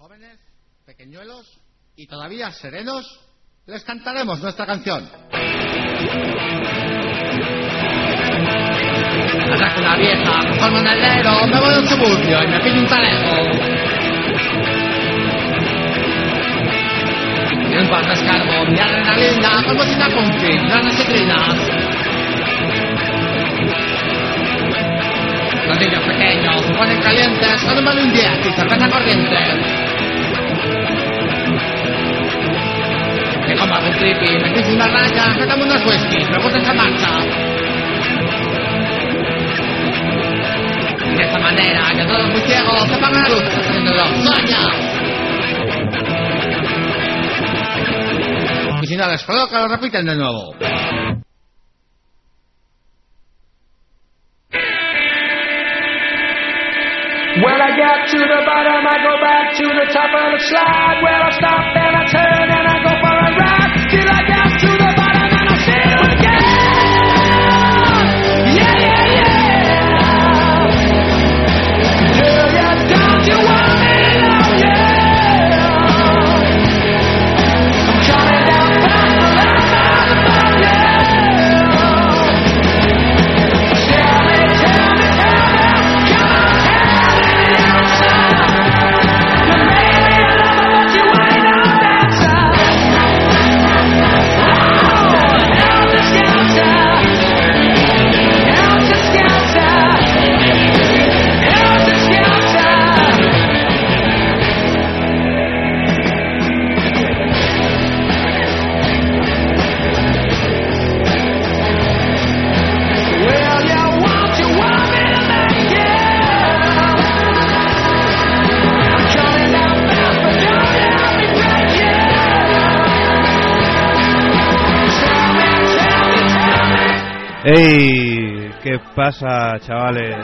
Jóvenes, pequeñuelos y todavía serenos, les cantaremos nuestra canción. Atraco una vieja, formo un alero, me voy a un suburbio y me pillo un talejo. Y un par de escarbo, mi adrenalina, como si la confín, las citrinas. Los niños pequeños se ponen calientes, con un mal un día y cerveza corriente. Me compras un tripi, me quise una raya, sacamos unos whiskies, me gusta esa marcha. De esta manera, que todos muy ciegos se pagan la luz, haciéndolo soña. Y si no les coloca, lo repiten de nuevo. When I get to the bottom, I go back to the top and I slide. Where I stop and I turn and I go for a ride till I get to the bottom and I see you again. Yeah, yeah, yeah. Yeah, yeah, don't you want me now? Yeah. I'm coming down fast, fast, fast, fast, yeah. Tell me, tell me, tell me, come on, tell me the answer. But maybe I love what you ain't on that side. Oh, help the skelter. Help the skelter. Help the skelter. Well, you want you want me to make it? I'm coming out fast, but don't let me break it. Tell me, tell me, tell me. ¡Ey! ¿Qué pasa, chavales?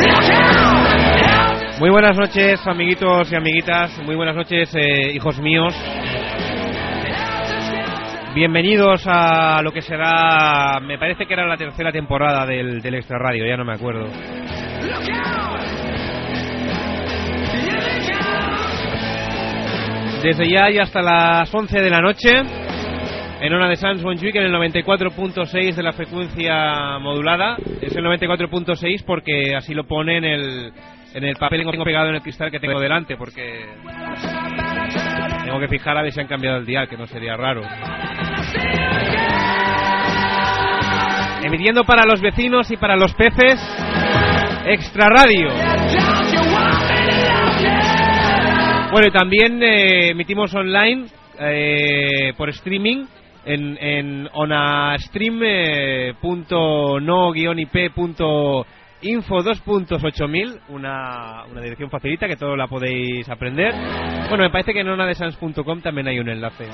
Look out! Muy buenas noches, amiguitos y amiguitas. Muy buenas noches, eh, hijos míos. Bienvenidos a lo que será, me parece que era la tercera temporada del, del Extra Radio, ya no me acuerdo. Look out! You look out! Desde ya y hasta las 11 de la noche, en hora de Sans Bonjuic, en el 94.6 de la frecuencia modulada. Es el 94.6 porque así lo pone en el, en el papel que tengo pegado en el cristal que tengo delante, porque tengo que fijar a ver si han cambiado el dial, que no sería raro. Emitiendo para los vecinos y para los peces, Extra Radio. Don't you want me to love you? Bueno, y también eh, emitimos online eh, por streaming en, en eh, onastream.no-ip.info 2.8000, una, una dirección facilita que todo la podéis aprender. Bueno, me parece que en onadesans.com también hay un enlace.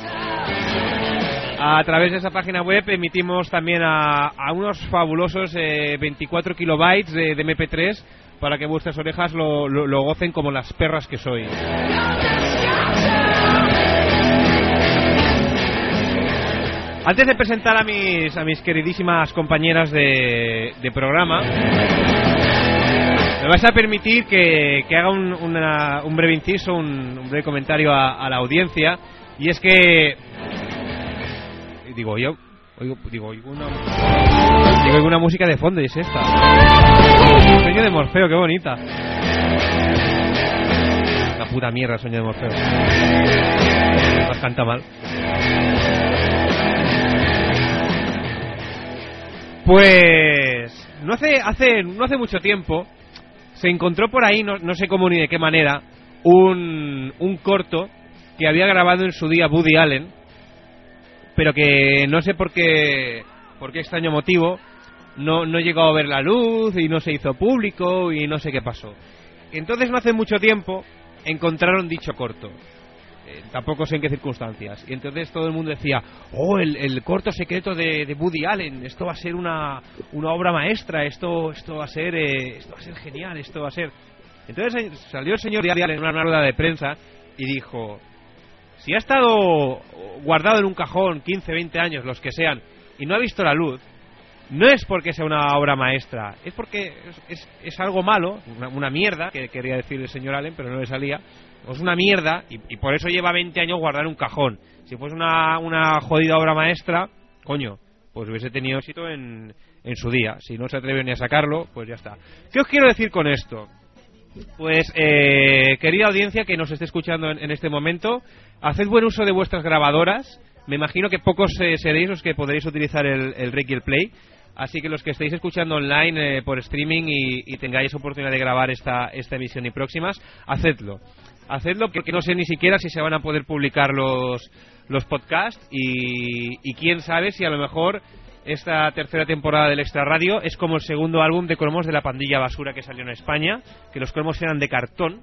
A través de esa página web emitimos también a, a unos fabulosos eh, 24 kilobytes de, de MP3 para que vuestras orejas lo- lo- lo gocen como las perras que sois. Antes de presentar a mis, a mis queridísimas compañeras de, de programa, me vais a permitir que, que haga un, una- un breve inciso, un, un breve comentario a, a la audiencia. Y es que. Digo yo. Oigo, digo, oigo una, digo, oigo una música de fondo y es esta. El sueño de Morfeo, qué bonita. La puta mierda, el sueño de Morfeo. Las canta mal. Pues no hace, hace, no hace mucho tiempo se encontró por ahí, no, no sé cómo ni de qué manera, un, un corto que había grabado en su día Woody Allen, pero que no sé por qué, por qué extraño motivo no, no llegó a ver la luz y no se hizo público y no sé qué pasó. Entonces no hace mucho tiempo encontraron dicho corto. Eh, tampoco sé en qué circunstancias. Y entonces todo el mundo decía, oh, el, el corto secreto de, de Woody Allen, esto va a ser una, una obra maestra, esto, esto, va a ser, eh, esto va a ser genial, esto va a ser... Entonces eh, salió el señor Woody Allen en una rueda de prensa y dijo, si ha estado guardado en un cajón 15, 20 años, los que sean, y no ha visto la luz, no es porque sea una obra maestra, es porque es, es- es algo malo, una, una mierda, que quería decir el señor Allen, pero no le salía. Es una mierda y, y por eso lleva 20 años guardar en un cajón. Si fuese una, una jodida obra maestra, coño, pues hubiese tenido éxito en, en su día. Si no se atreven ni a sacarlo, pues ya está. ¿Qué os quiero decir con esto? Pues, eh, querida audiencia que nos esté escuchando en, en este momento, haced buen uso de vuestras grabadoras. Me imagino que pocos eh, seréis los que podréis utilizar el, el Rec y el Play. Así que los que estéis escuchando online eh, por streaming y, y tengáis oportunidad de grabar esta, esta emisión y próximas, hacedlo. Hacedlo porque no sé ni siquiera si se van a poder publicar los, los podcasts y, y quién sabe si a lo mejor esta tercera temporada del Extra Radio es como el segundo álbum de cromos de la pandilla basura que salió en España, que los cromos eran de cartón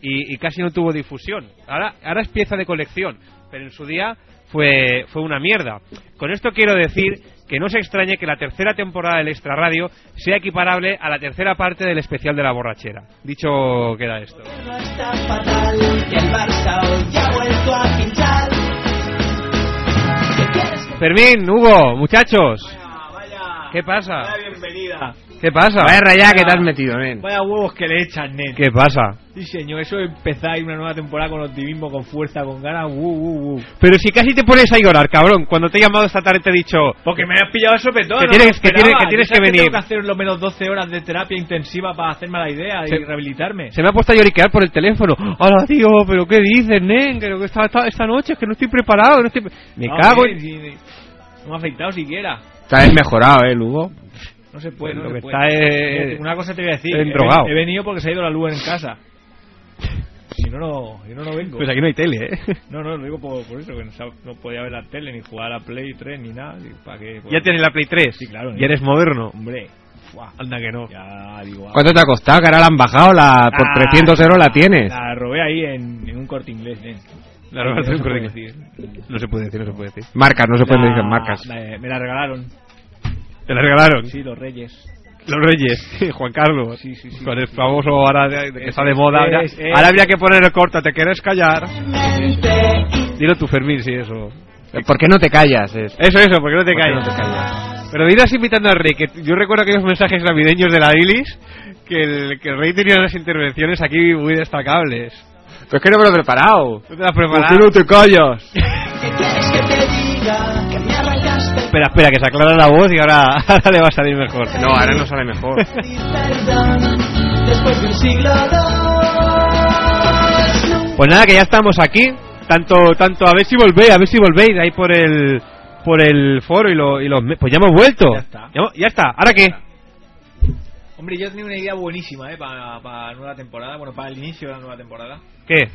y, y casi no tuvo difusión. Ahora, ahora es pieza de colección, pero en su día fue, fue una mierda. Con esto quiero decir que no se extrañe que la tercera temporada del Extra Radio sea equiparable a la tercera parte del especial de la borrachera. Dicho queda esto. No está fatal, que el Barça hoy ya ha vuelto a pinchar. ¿Qué quieres que Fermín, Hugo, muchachos, Ah, vaya. ¿Qué pasa? Vaya bienvenida. ¿qué pasa? Vaya rayada que te has metido, nen. Vaya huevos que le echan, nen. ¿Qué pasa? Sí, señor, eso de empezar ahí una nueva temporada con optimismo, con fuerza, con ganas. Uh, uh, uh. Pero si casi te pones a llorar, cabrón. Cuando te he llamado esta tarde te he dicho... Porque me has pillado el sopetón. Que no tienes- me que tienes- esperaba. que tienes ¿Sabes que venir? Tengo que hacer lo menos 12 horas de terapia intensiva para hacerme la idea Se- y rehabilitarme. Se me ha puesto a lloriquear por el teléfono. Hola, tío, pero ¿qué dices, nen? Que lo que está, está- esta noche es que no estoy preparado. no estoy pre- Me No, cago hombre, en... si- ni- No me ha afectado siquiera. Está desmejorado, eh, Lugo. No se puede. Pues no lo se que puede. está es- Una cosa te voy a decir. en he- drogao. Eh, He, venido porque se ha ido la luz en casa. Si no, no, si no, no vengo. Pues aquí no hay tele, ¿eh? No, no, lo digo por, por eso, que no, sab- no podía ver la tele, ni jugar a la Play 3, ni nada. y ¿Para qué? Pues, Ya tienes la Play 3. Sí, claro, Ya ¿eh? eres moderno. Hombre, fuá, Anda que no. ya digo... ah, ¿Cuánto te ha costado? Que ahora la han bajado, la por ah, 300 euros la tienes. La robé ahí en, en un corte inglés, ¿eh? La robaste No en se un corte puede inglés. decir. No se puede decir, no se puede decir. Marcas, no se pueden La- decir marcas. la- me la regalaron, Te la regalaron. sí, los reyes. Los Reyes. Juan Carlos. Sí, sí, sí. Con el famoso ahora de- de que está de moda. es, ahora- es, es. Ahora habría que poner el corta. ¿Te quieres callar? realmente Dilo tú, Fermín, si eso. ¿Por qué no te callas? Es- Eso, eso, porque no te ¿Por qué callas. no te callas? Pero me ibas invitando al rey, que yo recuerdo aquellos mensajes navideños de la Ilis, que el, que el rey tenía unas intervenciones aquí muy destacables. Pero es que no me lo he preparado. ¿No te las ¿Por preparado? qué no te callas? ¿Qué quieres que te diga? Que me arrancaste Espera, espera, que se aclara la voz y ahora, ahora le va a salir mejor. No, ahora no sale mejor. y perdón después de un siglo dos. No Pues nada, que ya estamos aquí. Tanto, tanto, a ver si volvéis, a ver si volvéis ahí por el, por el foro y, lo- y los... me- Pues ya hemos vuelto. Ya está. hemos- ya está. ¿Ahora qué? Hombre, yo tenía una idea buenísima, ¿eh? Para para la nueva temporada, bueno, para el inicio de la nueva temporada. ¿Qué?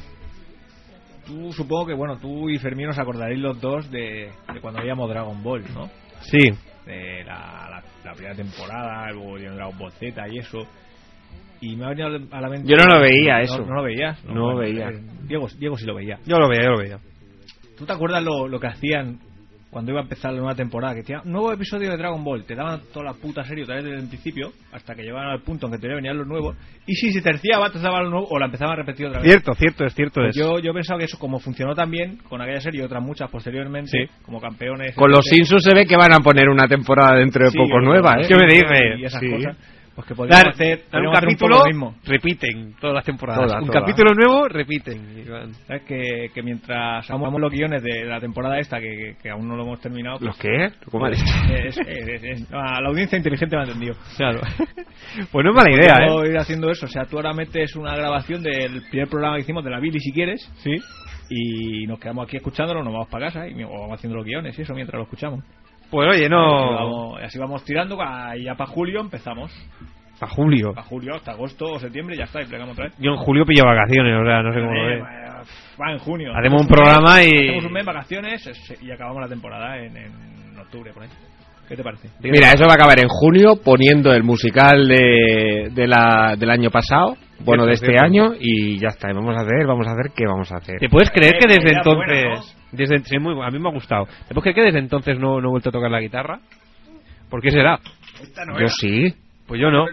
Tú, supongo que, bueno, tú y Fermín os acordaréis los dos de, de cuando veíamos Dragon Ball, ¿no? Sí. de la, la- la primera temporada, luego dieron Dragon Ball Z y eso. Y me ha venido a la mente. Yo no lo veía, eso. No, no lo veías. No lo veía. eh, Diego, Diego sí lo veía. Yo lo veía, yo lo veía. ¿Tú te acuerdas lo, lo que hacían cuando iba a empezar la nueva temporada? Que tenía un nuevo episodio de Dragon Ball. Te daban toda la puta serie otra vez desde el principio hasta que llegaban al punto en que te venían los nuevos. Y si se terciaba, te daban los nuevos o la empezaban a repetir otra vez. Cierto, cierto, es cierto. Pues es. yo, yo pensaba que eso, como funcionó también con aquella serie y otras muchas posteriormente, Sí. como campeones. Con los etcétera, Simpsons se ve que van a poner una temporada dentro de Sí, poco o- nueva, ¿eh? ¿Qué me dices? Y esas Sí. cosas. Pues que podríamos dar, hacer, dar un podríamos hacer capítulo, poco lo mismo. repiten todas las temporadas. Todas, un todas. capítulo nuevo, repiten. y van. ¿Sabes? Que, que mientras hagamos los guiones de la temporada esta, que, que- que aún no lo hemos terminado, pues ¿Los qué? ¿Cómo eres? Pues, es- es- es- a la audiencia inteligente me ha entendido. Claro. pues no es mala idea, ¿eh? Puedo ir haciendo eso. O sea, tú ahora metes una grabación del primer programa que hicimos de la Billy si quieres. Sí. Y nos quedamos aquí escuchándolo, nos vamos para casa y o vamos haciendo los guiones y eso mientras lo escuchamos. Pues oye, Y no. vamos- y así vamos tirando ah, y ya para julio empezamos. A julio. Para julio, hasta agosto o septiembre ya está y plegamos otra vez. Yo en julio pillo vacaciones, o sea, no sé cómo lo Eh, ve. Va en junio. Hacemos un programa y. Hacemos un mes vacaciones es- y acabamos la temporada en, en octubre, por ahí. ¿Qué te parece? Mira, eso va a acabar en junio poniendo el musical de, de la, del año pasado, bueno, de este cierto. año, y ya está. Y vamos a hacer, vamos a hacer, ¿qué vamos a hacer? ¿Te puedes creer que Eh, desde idea entonces. buena, ¿no? desde, sí, muy bu- a mí me ha gustado. ¿Te puedes creer que desde entonces no, no he vuelto a tocar la guitarra? ¿Por qué será? Yo sí. Pues yo no.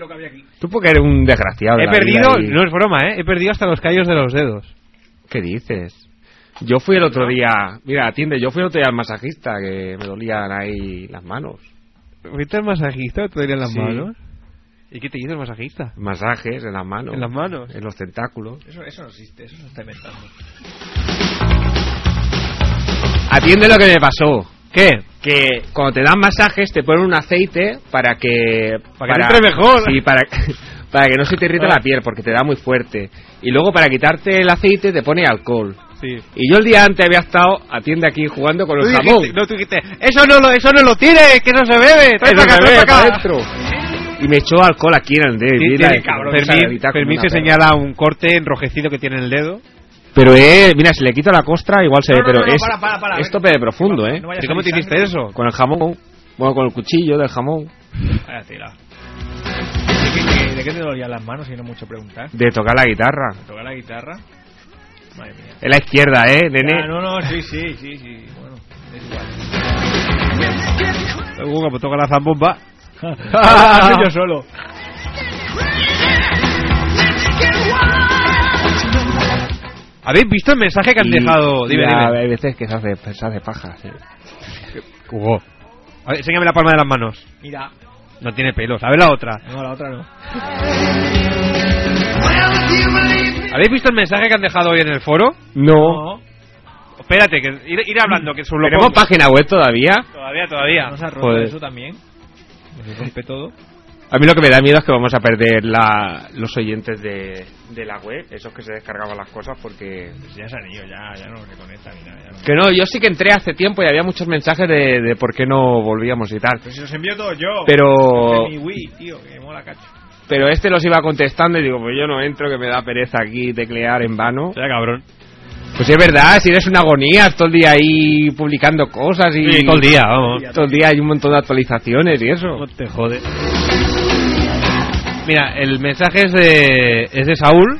Tú porque eres un desgraciado. de He la vida perdido, y- no es broma, ¿eh? He perdido hasta los callos de los dedos. ¿Qué dices? Yo fui el otro día, mira, atiende, yo fui el otro día al masajista que me dolían ahí las manos. ¿Fuiste al masajista? ¿Te dolían las Sí. manos? ¿Y qué te hizo el masajista? Masajes en las manos. En las manos. En los tentáculos. Eso, eso no existe, eso se está inventando. Atiende lo que me pasó. ¿Qué? que cuando te dan masajes te ponen un aceite para que Para que te entre mejor. sí, para para que no se te irrite Ah. la piel porque te da muy fuerte y luego para quitarte el aceite te pone alcohol Sí. y yo el día antes había estado a tienda aquí jugando con Tú el jamón dijiste, no, tú dijiste, eso no lo, eso no lo tires, que eso se bebe, trae Eso para acá, me trae ve para pa' acá. dentro. y me echó alcohol aquí en el dedo Sí, y tiene- mira, el cabrón que sabe Fermín, evitar como Fermín una se perra. señala un corte enrojecido que tiene en el dedo. pero eh, mira si le quito la costra igual se No, ve no, pero no, no, es para, para, para, es ven. tope de profundo eh No vaya a ¿Y cómo te salir hiciste sangre. eso? con el jamón bueno con el cuchillo del jamón Vaya tela. ¿De qué, de, de qué te dolían las manos si no mucho preguntar? de tocar la guitarra ¿Tocar la guitarra? Madre mía. es la izquierda eh nene Ah, no, no, sí, sí, sí, sí. Bueno, es igual. Luego, como Uh, toca la zambomba. Ah, yo solo. ¿Habéis visto el mensaje que han Y- dejado? Dime, y dime. Hay veces que se hace, se hace paja. sí. Hugo. A ver, enséñame la palma de las manos. Mira. No tiene pelos. A ver la otra. No, la otra no. ¿Habéis visto el mensaje que han dejado hoy en el foro? No. Espérate, que ir, ir hablando, que sobre ¿Tenemos página web todavía? Todavía, todavía. Pues No se ha roto Joder. eso también. Se rompe todo. A mí lo que me da miedo es que vamos a perder la, los oyentes de, de la web, esos que se descargaban las cosas, porque... Pues ya se han ido, ya, ya no se conecta ni nada. Ya no. Que no, yo sí que entré hace tiempo y había muchos mensajes de, de por qué no volvíamos y tal. Pero Pues si los envío todos yo. Pero, De mi Wii, tío, que me mola cacho. pero este los iba contestando y digo, pues yo no entro, que me da pereza aquí teclear en vano. Será cabrón. Pues sí, es verdad, si eres una agonía, todo el día ahí publicando cosas y... Sí, todo el día, vamos. Todo el día hay un montón de actualizaciones y eso. te jode. Mira, el mensaje es de, es de Saúl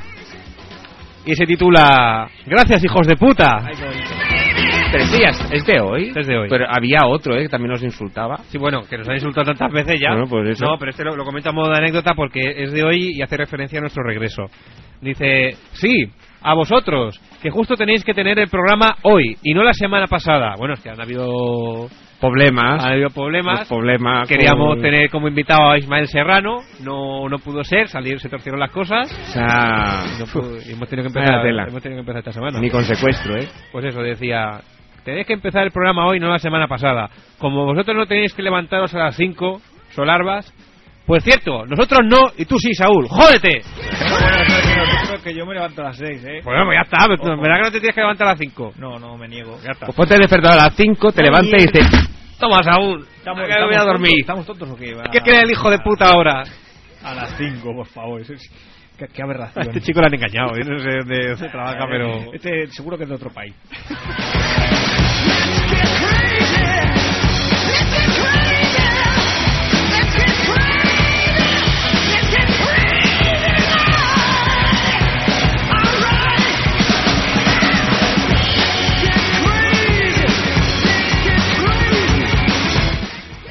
y se titula Gracias, hijos de puta. Ay, qué bonito. Pero sí, es- es de hoy. Es de hoy. Pero había otro, ¿eh? Que también nos insultaba. Sí, bueno, que nos han insultado tantas veces ya. Bueno, pues eso. No, pero este lo, lo comento a modo de anécdota porque es de hoy y hace referencia a nuestro regreso. Dice, sí, a vosotros, que justo tenéis que tener el programa hoy y no la semana pasada. Bueno, es que han habido, Problemas. han habido problemas. Los problemas. Queríamos con- tener como invitado a Ismael Serrano, no, no pudo ser, salieron, se torcieron las cosas O sea, y, no pudo- y hemos, tenido que Vaya empezar, tela. hemos tenido que empezar esta semana. ni con secuestro, ¿eh? Pues eso, decía, tenéis que empezar el programa hoy, no la semana pasada. Como vosotros no tenéis que levantaros a las 5, solarvas, pues cierto, nosotros no, y tú sí, Saúl, jódete. Pero bueno, eso es que nosotros que yo me levanto a las 6, ¿eh? Pues vamos, ya está, me- me da que no te tienes que levantar a las 5. No, no, me niego. Ya está. Pues ponte el despertador a las 5, te levantas y dices... Toma, Saúl, me voy a dormir. Tontos, ¿Estamos tontos o qué? ¿Qué quiere el hijo de puta ahora? A las 5, por favor. Eso es- Qué, qué A aberración. este chico lo han engañado, yo no sé dónde dónde trabaja, pero... Este seguro que es de otro país.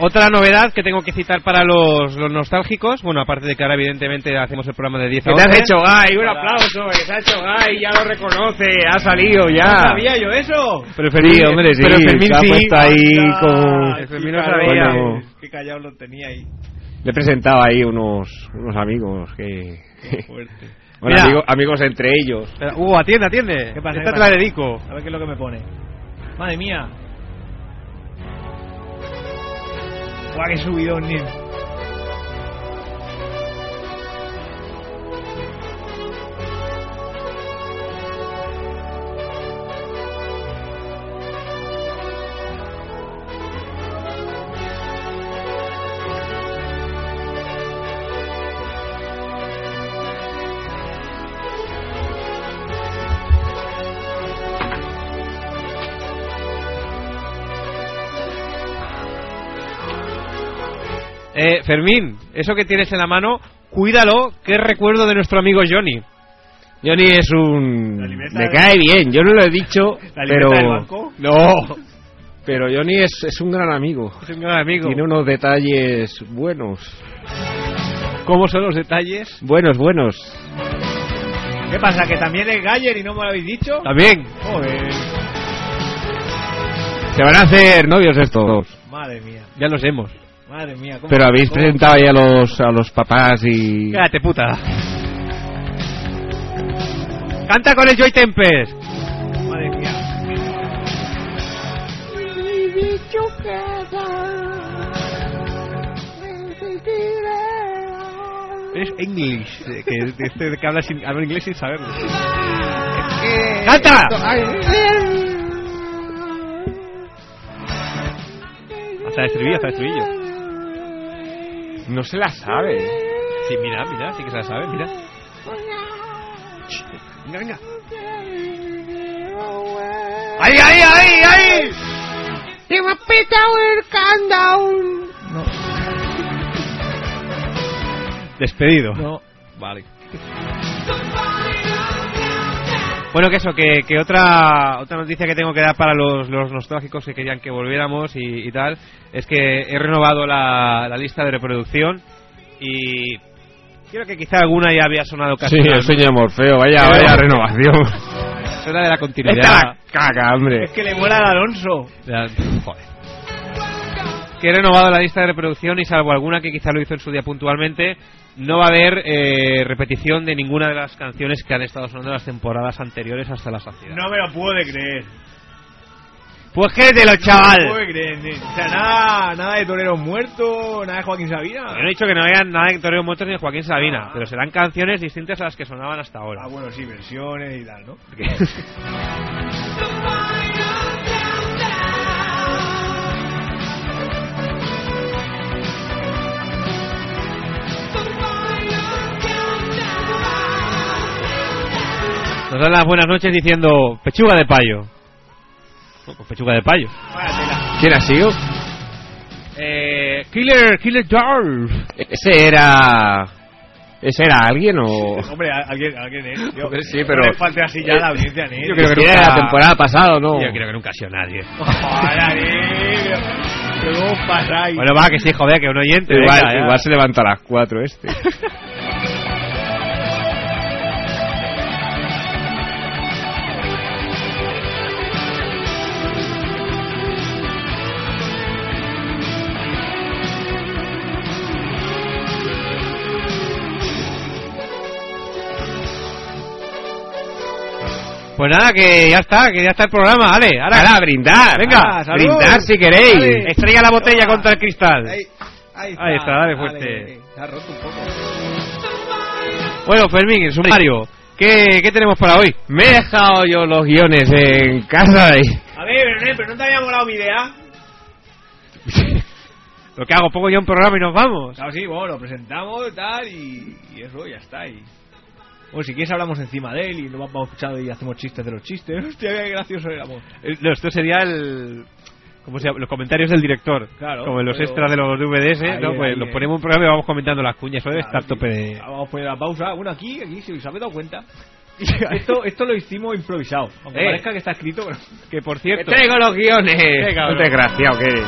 Otra novedad que tengo que citar para los, los nostálgicos, bueno, aparte de que ahora evidentemente hacemos el programa de 10 a Que te 11. has hecho gay, un aplauso, que te has hecho gay, ya lo reconoce, ha salido ¡No ya. sabía yo eso! Preferido, Sí, hombre, sí. Ah. pero Fermín se ha sí. puesto ahí Ah, con... Fermín no qué sabía. cabrones, Qué callado lo tenía ahí. Le he presentado ahí unos, unos amigos que... Qué fuerte. Bueno, Mira. amigos, amigos entre ellos. Espera, Hugo, atiende, atiende. ¿Qué pasa, Esta qué te la pasa? dedico. A ver qué es lo que me pone. Madre mía. Guau, qué subidón, nen. Eh, Fermín, eso que tienes en la mano, cuídalo, que es recuerdo de nuestro amigo Johnny. Johnny es un... La libreta Me del- cae bien, yo no lo he dicho, ¿La libreta pero... del banco? No, pero Johnny es, es un gran amigo. Es un gran amigo. Tiene unos detalles buenos. ¿Cómo son los detalles? Buenos, buenos. ¿Qué pasa? ¿Que también es Galler y no me lo habéis dicho? También. Joder. Se van a hacer novios estos dos. Madre mía. Ya los hemos. Madre mía, ¿cómo- Pero habéis cómo- presentado ya a los, a los papás y... Cállate, puta. Canta con el Joy Tempest. Madre mía. Es English. eh, Que, que este que habla, sin, habla inglés sin saberlo. ¡Canta! Hasta el estribillo, hasta el estribillo. No se la sabe. Sí, mira, mira, sí que se la sabe, mira. Ch, Venga, venga. ¡Ay, ay, ay, ay! No, Despedido. no. Vale. Bueno, que eso, que, que otra otra noticia que tengo que dar para los, los nostálgicos que querían que volviéramos y, y tal, es que he renovado la, la lista de reproducción y creo que quizá alguna ya había sonado casi. Sí, el sueño de Morfeo, vaya, vaya renovación. de la continuidad. Esta la caga, hombre. Es que le vuela a Alonso. Ya, joder. Que he renovado la lista de reproducción y salvo alguna que quizá lo hizo en su día puntualmente, no va a haber eh, repetición de ninguna de las canciones que han estado sonando en las temporadas anteriores hasta la saciedad. No me lo puedo creer. Pues No créetelo, me lo chaval. puedo creer. ni- O sea, nada, nada de Torero Muerto, nada de Joaquín Sabina. Yo no he dicho que no hayan nada de Toreo Motos ni de Joaquín Sabina, pero serán canciones distintas a las que sonaban hasta ahora. Ah, bueno, sí, versiones y tal, ¿no? Nos dan las buenas noches diciendo pechuga de payo. Bueno, pues pechuga de payo. Vaya tela. ¿Quién ha sido? Eh, killer, Killer Dolls. Ese era... ¿Ese era alguien o...? Hombre, a- alguien, alguien es. Yo, Oh. Hombre, sí, no pero- le falte así ya la audiencia, ¿eh? Yo creo que nunca- era la temporada pasada, ¿no? Yo creo que nunca ha sido nadie. Ojalá, eh, pero- pero ¿cómo pasáis? Bueno, va, que sí, joder, que un oyente. Igual, venga, ya. igual se levanta a las 4 este. Pues nada, que ya está, que ya está el programa, vale. Ahora, Ahora a brindar. Venga, Ah, brindar si queréis. Vale. estrella la botella contra el cristal. ahí está, Ahí está, dale fuerte. dale, ha roto un poco. Bueno, Fermín, en sumario, ¿qué, ¿qué tenemos para hoy? Me he dejado yo los guiones en casa y... A ver, Berné, pero no te había molado mi idea. Lo que hago, pongo yo un programa y nos vamos. Claro, sí, bueno, lo presentamos tal, y, y eso, ya está. Y... Bueno, si quieres hablamos encima de él y lo vamos escuchando y hacemos chistes de los chistes. Hostia, qué gracioso éramos. Eh, No, esto sería el. ¿Cómo se llama? Los comentarios del director. Claro, Como en los pero- extras de los DVDs, ¿eh? Ahí ¿no? es, Pues ahí los es. ponemos en un programa y vamos comentando las cuñas. Eso debe Claro, estar tope sí. de. Vamos a poner la pausa. Bueno, aquí, aquí, si os habéis dado cuenta. esto, esto lo hicimos improvisado. Aunque Eh. parezca que está escrito. pero- Eh, Que por cierto. Traigo los guiones. cabrón. Qué desgraciado que eres.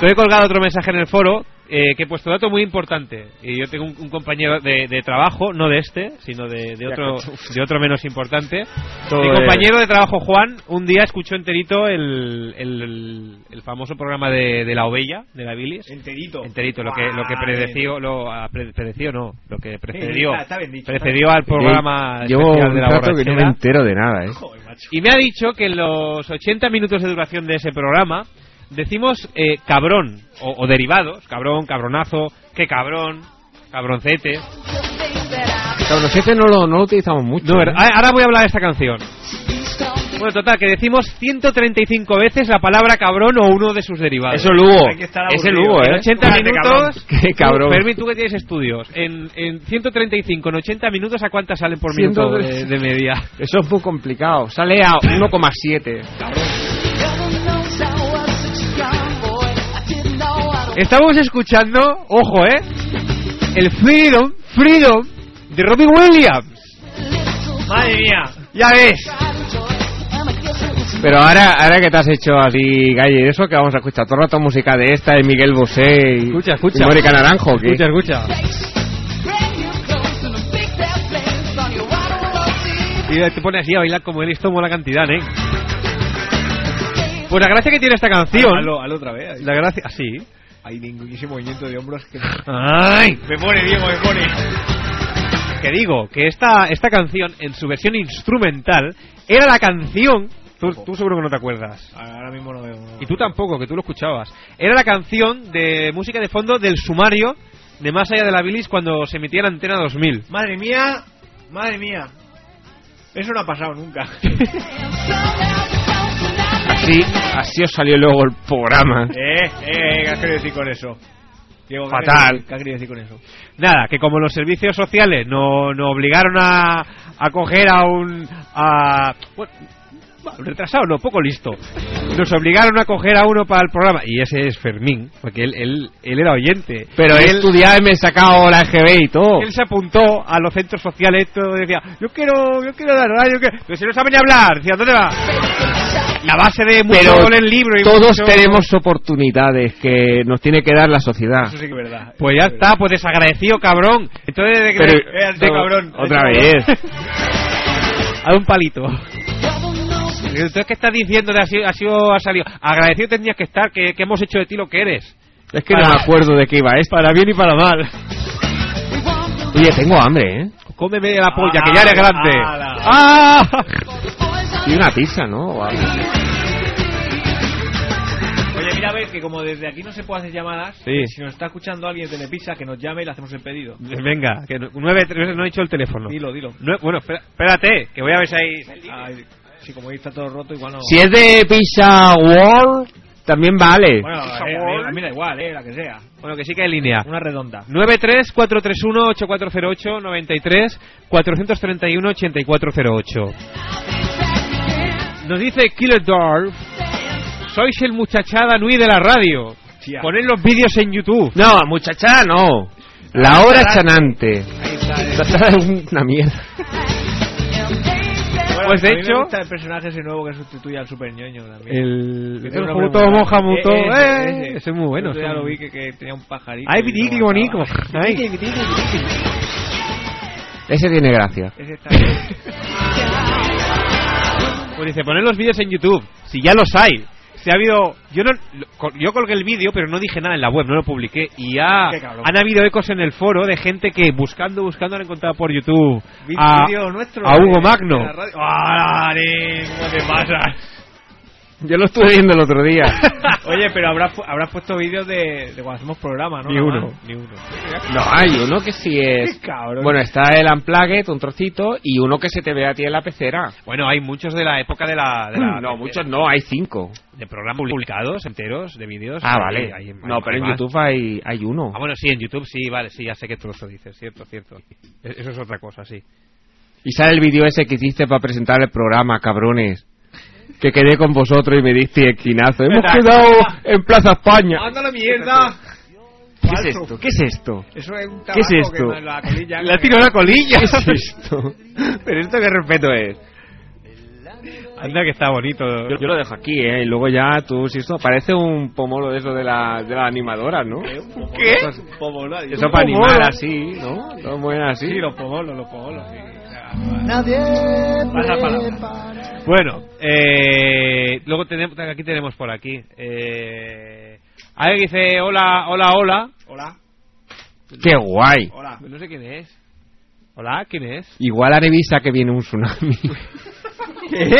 Te he colgado otro mensaje en el foro eh, que he puesto dato muy importante. Y yo tengo un, un compañero de, de trabajo, no de este, sino de, de otro, de otro menos importante. Todo Mi de- compañero de trabajo, Juan, un día escuchó enterito el, el- el famoso programa de, de la ovella, de la bilis. Enterito. Enterito, lo que, lo que Guau, predeció, lo, ah, pre- predeció no, lo que precedió, está- está bien dicho, precedió al programa Llevo especial un de la rato que no me borrachera. entero de nada, ¿eh? Joder, macho. Y me ha dicho que en los 80 minutos de duración de ese programa decimos eh, cabrón o, o derivados, cabrón, cabronazo, qué cabrón, cabroncete. Cabroncete no lo, no lo utilizamos mucho. No, ah, ¿eh? ver- a- ahora voy a hablar de esta canción. Bueno, total, que decimos 135 veces la palabra cabrón o uno de sus derivados. Eso Lugo. Hay que estar Ese aburrido. Lugo, En ¿eh? 80 Cúrate, minutos. cabrón. Qué tú, cabrón. Fermín, tú que tienes estudios. En, en 135, en 80 minutos, ¿a cuántas salen por minuto de, 130. de media? Eso es muy complicado. Sale a 1,7. Estamos escuchando, ojo, ¿eh? El Freedom, Freedom de Robbie Williams. Madre mía. Ya ves. Pero ahora, ahora que te has hecho así, Galle, y eso que vamos a escuchar todo el rato música de esta, de Miguel Bosé y, Escucha, escucha. y Mónica Naranjo. ¿o qué? Escucha, escucha. Y te pone así a bailar como él y esto mola cantidad, ¿eh? Pues la gracia que tiene esta canción. Hazlo, hazlo otra vez. La gracia. ah, Así. Hay ningún ese movimiento de hombros que. ¡Ay! Me pone, Diego, me pone. Que digo, que esta, esta canción, en su versión instrumental, era la canción. Tú, tú seguro que no te acuerdas. Ahora mismo no veo. no. Y tú tampoco, que tú lo escuchabas. Era la canción de música de fondo del sumario de Más allá de la bilis cuando se emitía la antena 2000. Madre mía, madre mía. Eso no ha pasado nunca. Eh, Así, así os salió luego el programa. eh, eh, eh, ¿qué has querido decir con eso? Diego, ¿qué has Fatal. querido- ¿Qué has querido decir con eso? Nada, que como los servicios sociales no, no obligaron a, a coger a un. A, bueno, bueno, retrasado, no, poco listo. Nos obligaron a coger a uno para el programa. Y ese es Fermín, porque él, él, él era oyente. Pero he él, estudiado y me he sacado la EGB y todo. él se apuntó a los centros sociales todo, y decía: Yo quiero, yo quiero dar, ah, yo quiero. Pero si no saben ni hablar, decía: ¿Dónde va? La base de mucho Pero con el libro y Todos mucho- tenemos oportunidades que nos tiene que dar la sociedad. Eso sí que es verdad. Pues ya está, pues desagradecido, cabrón. Entonces, de que- Pero- eh, de cabrón. Otra de vez. cabrón. a un palito. Entonces, ¿qué estás diciendo? De ha sido, ha sido- ha salido. Agradecido tendrías que estar, que, que hemos hecho de ti lo que eres. Es que no Para- me acuerdo de qué iba esto. Para bien y para mal. Oye, tengo hambre, ¿eh? Cómeme de la polla, que ya eres grande. ala. ¡Ah! Y una pizza, ¿no? O algo. Oye, mira, a ver, que como desde aquí no se puede hacer llamadas, Sí. si nos está escuchando alguien de Telepizza, que nos llame y le hacemos el pedido. Venga, que no- 93 no he dicho el teléfono. Dilo, dilo. Nue- bueno, espera- espérate, que voy a ver si hay. Ay, si como ahí está todo roto, igual no... Si es de Pizza World, también vale. Bueno, a mí- a mí- a mí da igual, eh, la que sea. Bueno, que sí que hay línea. Una redonda. 93-431-8408-93-431-8408. Nos dice Killer Dwarf, sois el muchachada Nui de la radio. Tía. Poned los vídeos en YouTube. No, muchacha, no. La hora chanante. Ahí está, eh. Pues, Muchacha es una mierda. Bueno, Pues de a mí me hecho- gusta el personaje ese nuevo que sustituye al super ñoño también. El, Que el tiene un juego nombre todo muy moja, raro. muy Eh, todo- ese, eh, ese. ese es muy Yo bueno. ese ya es lo muy- vi que, que tenía un pajarito. Ay, y luego Bitiki, bonico. estaba- Ay. Ese tiene gracia. Ese está bien. Pues dice, poned los vídeos en YouTube. Si ya los hay. Si ha habido. Yo no lo- col- yo colgué el vídeo, pero no dije nada en la web, no lo publiqué. Y ya Qué cabrón. han habido ecos en el foro de gente que buscando, buscando han encontrado por YouTube Vi- a, vídeo nuestro a de- Hugo de la Magno. radio. ¡Vale! ¿Cómo te pasa? Yo lo estuve viendo el otro día. Oye, pero habrás, pu- habrás puesto vídeos de, de cuando hacemos programa, ¿no? Ni Nada uno. más. Ni uno. No, hay uno que sí es. Qué cabrón. Bueno, está el Unplugged, un trocito, y uno que se te ve a ti en la pecera. Bueno, hay muchos de la época de la. de la- No, muchos no, hay cinco. De programas publicados enteros, de vídeos. Ah, Hay- vale. hay- hay- No, hay pero en más. YouTube hay, hay uno. Ah, bueno, sí, en YouTube sí, vale, sí, ya sé que tú lo dices, cierto, cierto. E- Eso es otra cosa, sí. Y sale el vídeo ese que hiciste para presentar el programa, cabrones. Que quedé con vosotros y me diste esquinazo. Hemos ¿Verdad? quedado en Plaza España. Ah, ¡Anda la mierda! ¿Qué es esto? ¿Qué es esto? Eso es un ¿Qué es tabaco esto? que me- la colilla. eh. Le ha tirado la colilla. ¿Qué es esto? ¿Pero esto qué respeto es? Anda que está bonito. Yo, yo lo dejo aquí, ¿eh? Y luego ya tú, si esto parece un pomolo de eso de la, de la animadora, ¿no? ¿Qué? Eso, Pomolo, digo. eso para pomolo? animar así, ¿no? Todo muy así. Sí, los pomolos, los pomolos. sí. O sea, Nadie Pasa palabra. prepara. Bueno, eh, luego tenemos, aquí tenemos por aquí. Eh, alguien dice hola, hola, hola. Hola, ¡Qué guay! hola. No sé quién es. Hola, ¿quién es? Igual avisa que viene un tsunami. ¿Qué?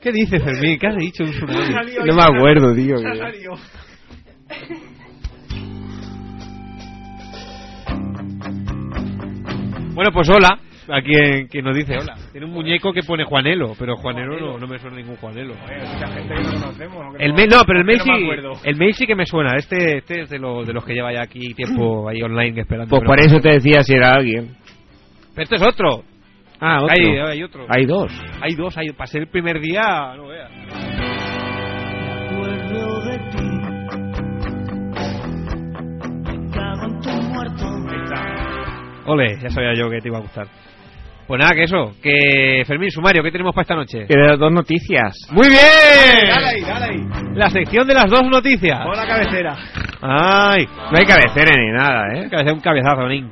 ¿Qué dices, Fermín? ¿Qué has dicho? Un tsunami. No me acuerdo, tío. Ha que- salido. Bueno, pues hola. A quien, quien nos dice hola. Tiene un muñeco que pone Juanelo, pero Juanelo no, no me suena ningún Juanelo. Oye, mucha gente que no conocemos. o que El mail, no, pero el mail que sí, no me acuerdo. el mail sí que me suena. Este, este es de, lo- de los que lleva ya aquí tiempo ahí online esperando. Pues pero- por eso te decía si era alguien. Pero este es otro. Ah, otro. Hay, hay otro. Hay dos. Hay dos, hay, para ser el primer día, no veas. Recuerdo de ti. Me cago en tu muerto. Ole, ya sabía yo que te iba a gustar. Pues nada, que eso, que Fermín, sumario, ¿qué tenemos para esta noche? Que de las dos noticias. ¡Muy bien! Dale ahí, dale ahí. La sección de las dos noticias. Pon la cabecera. ¡Ay! No hay cabecera ni nada, ¿eh? Cabeza- un cabezazo, Nin.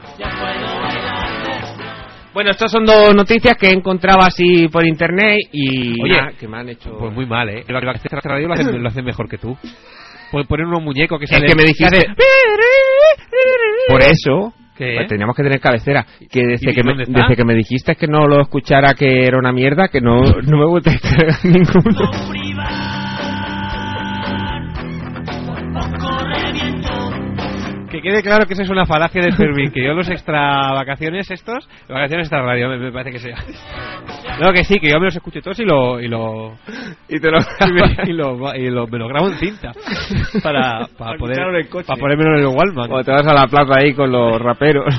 Bueno, estas son dos noticias que encontraba así por internet y Oye, nada, que me han hecho. Pues muy mal, ¿eh? El Backstage Radio lo hace, lo hace mejor que tú. Puedes poner unos muñecos que es salen... que me dijiste. Por eso. ¿Qué? pues teníamos que tener cabecera. Que desde ¿Y que, me, dónde está? desde que me dijiste que no lo escuchara, que era una mierda, que no, no me gusta ninguno. Que quede claro que eso es una falacia de Fermín, que yo los extra vacaciones estos, vacaciones extra radio, me, me parece que sea. No, que sí, que yo me los escucho todos y lo... Y lo... y te lo Y, me- y lo, y lo- me lo grabo en cinta para, para Para poder escucharlo en el coche. para ponérmelo en el Wallman O te vas a la plaza ahí con los raperos.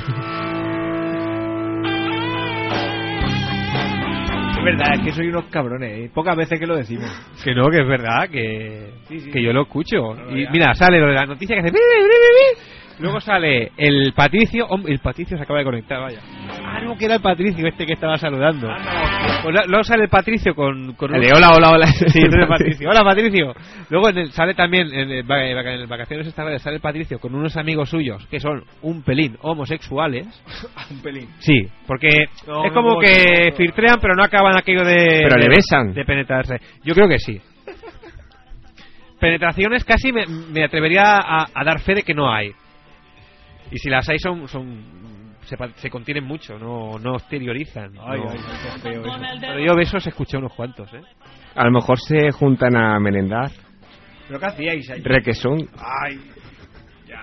Es verdad, es que soy unos cabrones, ¿eh? pocas veces que lo decimos. que no que es verdad que, Sí, sí. que yo lo escucho Pero y ya. mira sale lo de la noticia que hace "Bi, bi, bi, bi". luego sale el Patricio Hom- el Patricio se acaba de conectar vaya ah no que era el Patricio este que estaba saludando Ah, Pues la- luego sale el Patricio con, con El un- de hola, hola, hola. Sí, entonces Patricio. Hola, Patricio. Luego en el- sale también, en, el va- en vaca- en Vacaciones esta tarde, sale Patricio con unos amigos suyos que son un pelín homosexuales. Un pelín. Sí, porque No, es no, como no, que no. filtrean pero no acaban aquello de... Pero de- le besan. De penetrarse. Yo creo que sí. Penetraciones casi me, me atrevería a, a dar fe de que no hay. Y si las hay son... son se, pa- se contienen mucho, no, no exteriorizan. Ay, no. ay, qué feo eso. Pero yo besos escuché unos cuantos, ¿eh? A lo mejor se juntan a merendar. ¿Pero qué hacíais ahí? Requesón. Ay, ya.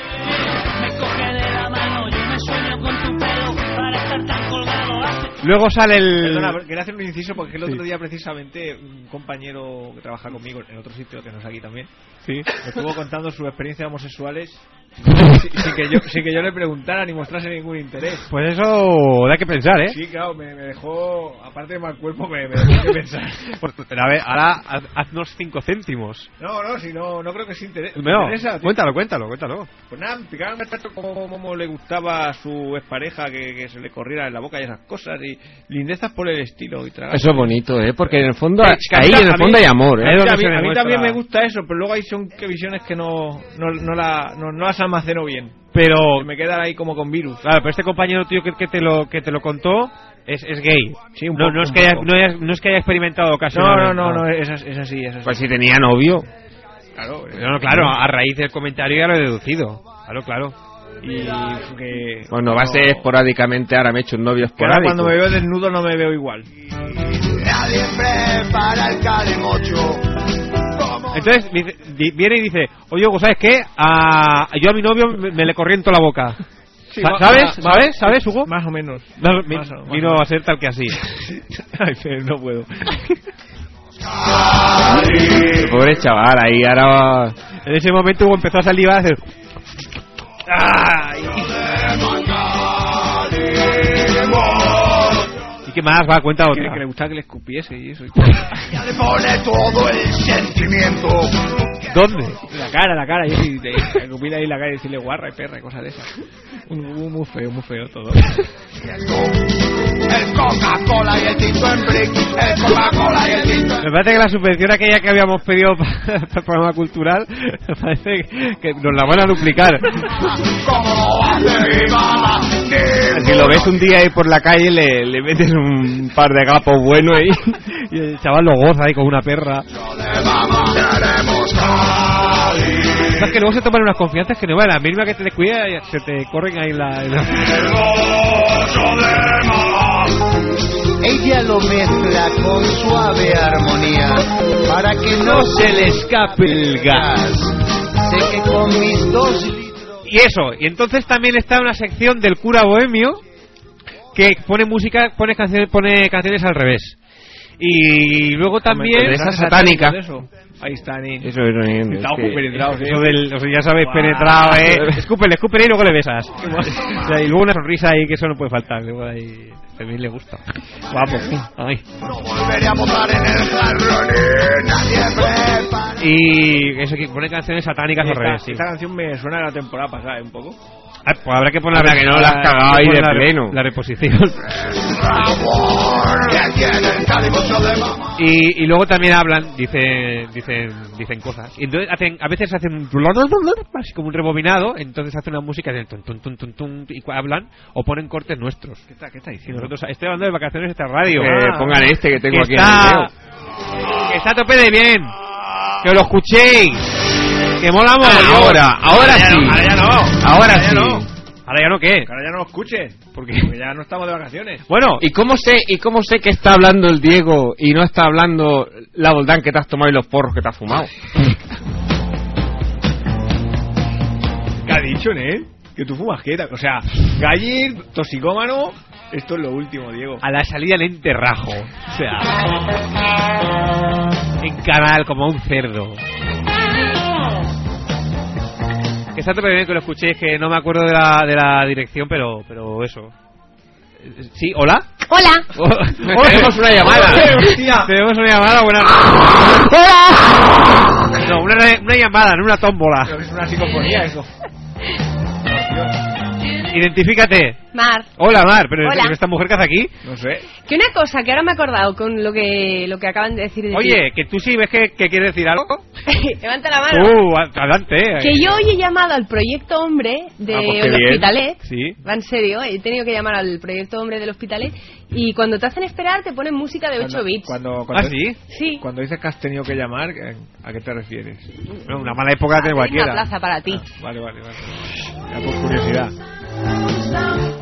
Me coge de la mano, yo me sueño con tu pelo para estar tan colgado. Hace Luego sale el... Perdona, pero quería hacer un inciso porque el Sí. otro día precisamente un compañero que trabaja conmigo en otro sitio que no es aquí también Sí. me estuvo contando sus experiencias homosexuales sin, sin que yo, sin que yo le preguntara ni mostrase ningún interés. Pues eso da que pensar, ¿eh? Sí, claro, me, me dejó, aparte de mal cuerpo, me, me dejó que pensar. Pues, Pero a ver, ahora haz- haznos cinco céntimos. No, no, si no, no creo que se interese. No, interesa, tío. cuéntalo, cuéntalo, cuéntalo. Pues nada, me picaron el tanto como, como le gustaba a su expareja que, que se le corriera en la boca y esas cosas y lindezas por el estilo y tragar. Eso es bonito, ¿eh? Porque en el fondo, Es que a mí ahí ta- en a el mí- fondo hay amor, A ¿eh? Ahí- mí, es donde a mí- a mí se demuestra- también me gusta eso, pero luego hay son que visiones que no, no, no, la, no, no las almaceno bien. Pero, Que me quedan ahí como con virus. claro, pero este compañero tuyo que, que te, lo, que te lo contó es, es gay. Sí, un no, poco, no, es un que haya, poco. no, hayas- no es que haya experimentado No, no, ocasionalmente. no, no, Ah. es, as- es así, es así. Pues si tenía novio. claro, eh, No, no, claro, a raíz del comentario ya lo he deducido. Claro, claro. Y que... Bueno, va a ser esporádicamente, ahora me he hecho un novio Que ahora esporádico. pues. cuando me veo desnudo no me veo igual. Nadie prepara el calimocho. Entonces dice- di- viene y dice, oye Hugo, ¿sabes qué? A- yo a mi novio me, me le corriento la boca. Sí, Sa- va- ¿Sabes? va- ¿Sabes? ¿Sabes, Hugo? Más o menos. No, mi- Más o- más vino o a ser tal que así. Ay, pero no puedo. Pobre chaval, ahí ahora... En ese momento Hugo empezó a salivar y a hacer... ¿Y qué más? Va, cuenta que, otra. que le gustaba que le escupiese y eso. Ya le pone todo el sentimiento. ¿Dónde? La cara, la cara. Y y- y- escupirle ahí la cara y decirle guarra y perra y cosas de esas. Un, un- muy feo, muy feo todo. El Coca-Cola y el Tito en brick. El Coca-Cola y el Tito en Me parece que la subvención aquella que habíamos pedido para el programa cultural, me parece que nos la van a duplicar. ¿Cómo hace mi mamá? Si lo ves un día ahí por la calle, le, le metes un par de gapos buenos ahí. Y el chaval lo goza ahí con una perra. De mamá queremos Cali. Es que luego se toman unas confianzas que no vale. La mínima que te descuida ya se te corren ahí la... en la- El gozo de mamá. Ella lo mezcla con suave armonía para que no se le escape el gas. Sé que con mis dos litros Y eso, y entonces también está una sección del cura bohemio que pone música, pone canciones, pone canciones al revés. Y luego también interesa satánica. ¿De eso? Ahí está, ni. Eso es lo mismo, es Estaba que- muy penetrado, sí. eso del, o sea, ya sabéis, Guau. penetrado, eh. Escúpele, escúpele y luego le besas. O sea, y luego una sonrisa ahí que eso no puede faltar. Luego ahí también le gusta. Guapo. Ay. No volveré a votar en el jarrón. eh. Nadie prepara. Y eso que pone canciones satánicas al Esta, revés. sí. esta canción me suena a la temporada pasada, ¿eh? un poco. Ah, pues habrá que poner Habrá que no la has cagado ahí de la- pleno. La reposición. Y, y luego también hablan, dicen, dicen, dicen cosas. Y entonces hacen, a veces hacen un así como un rebobinado, entonces hacen una música de tun, tun, tun, tun, tun, y cu- hablan o ponen cortes nuestros. ¿Qué está, qué está Y diciendo? nosotros, estoy hablando de vacaciones esta radio. Que Ah. pongan este que tengo que aquí en el está, video. que está a tope de bien. Que lo escuchéis. Que mola mogollón. ahora, ahora ya sí. no, ahora ya no. Ahora ya sí. no. Ahora ya no qué. Que ahora ya no lo escuches, ¿Por porque qué? ya no estamos de vacaciones. Bueno, ¿Y cómo sé y cómo sé que está hablando el Diego y no está hablando la Boldán que te has tomado y los porros que te has fumado? ¿Qué ha dicho, eh? Que tú fumas que O sea, gallir, toxicómano, esto es lo último, Diego. a la salida le enterrajo. O sea, en canal como un cerdo. Que está tope de bien que lo escuchéis, que no me acuerdo de la, de la dirección, pero, pero eso. Eh, Sí, hola. Hola. Tenemos una llamada. Hostia. Tenemos una llamada, buena. No, una, una llamada, no una tómbola. Pero es una psicofonía eso. Identifícate. Mar. Hola, Mar, pero Hola. ¿pero esta mujer que hace aquí. No sé. Que una cosa que ahora me he acordado con lo que, lo que acaban de decir de ti. Oye, que tú sí ves que, que quieres decir algo. Levanta la mano. Uh, a- adelante. eh. Que yo hoy he llamado al proyecto hombre de Ah, pues qué El bien. Hospitalet. Sí. Va en serio, he tenido que llamar al proyecto hombre del Hospitalet. Y cuando te hacen esperar, te ponen música de 8 bits. Cuando, Ah, cuando, sí. Sí. cuando dices que has tenido que llamar, ¿a qué te refieres? Bueno, Una mala época Hacen tiene una cualquiera. plaza para ti. Ah, Vale, vale, vale. Ya por curiosidad.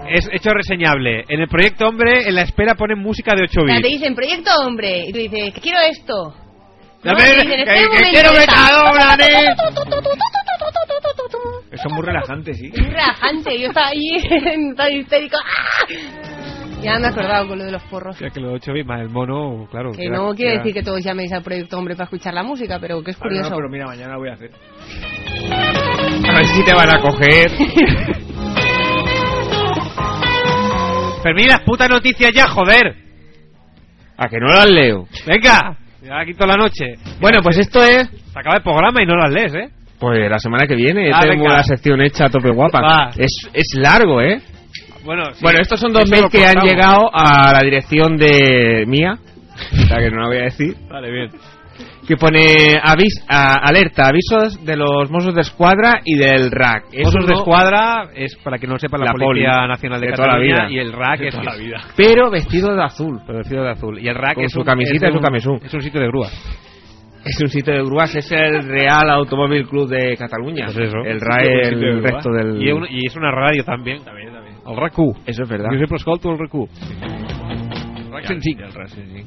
Es hecho reseñable. En el proyecto Hombre, en la espera ponen música de 8 O sea, te bits. dicen, proyecto hombre. Y tú dices, que quiero esto. Ya No, ves, te dicen, que- "Espera un que momento, quiero está". metadona, ¿eh? Eso es muy relajante, sí. Muy relajante. Yo estaba ahí tan histérico. ¡Ah! Ya me he acordado con lo de los porros. Ya que los 8 bits más el mono, claro. Que no quiere decir que todos llaméis al proyecto hombre para escuchar la música, pero que es Ah, no, curioso. pero mira, mañana lo voy a hacer. A ver si te van a coger. Fermín, las putas noticias ya, joder. A que no las leo. Venga. Ya quito la noche. Bueno, pues esto es. Se acaba el programa y no las lees, ¿eh? Pues la semana que viene Ah, tengo venga. la sección hecha a tope guapa. Va. Es, es largo, ¿eh? Bueno, sí. Bueno, estos son dos Eso mails lo que han cortamos. llegado a la dirección de mía, la que no la voy a decir, Vale, bien. que pone avis, a- alerta, avisos de los Mossos de Escuadra y del RAC. Eso Mossos de no- Escuadra es, para quien no lo sepa, la, La poli. Policía Nacional de, De toda la Cataluña vida. y el RAC De es... toda la vida. Pero vestido de azul. Pero vestido de azul. Y el RAC Con es su un- camisita es y su un- camisón. Es un sitio de grúas. Es un sitio de grúas, es el Real Automóvil Club de Cataluña. Pues eso. El Sí, RAE, pues sitio de el grúas. resto del... Y, es un- y es una radio también. También, también. El RAC-Q. Eso es verdad. Yo siempre escolto el RAC-Q. Y el Ras, sí, sí, también.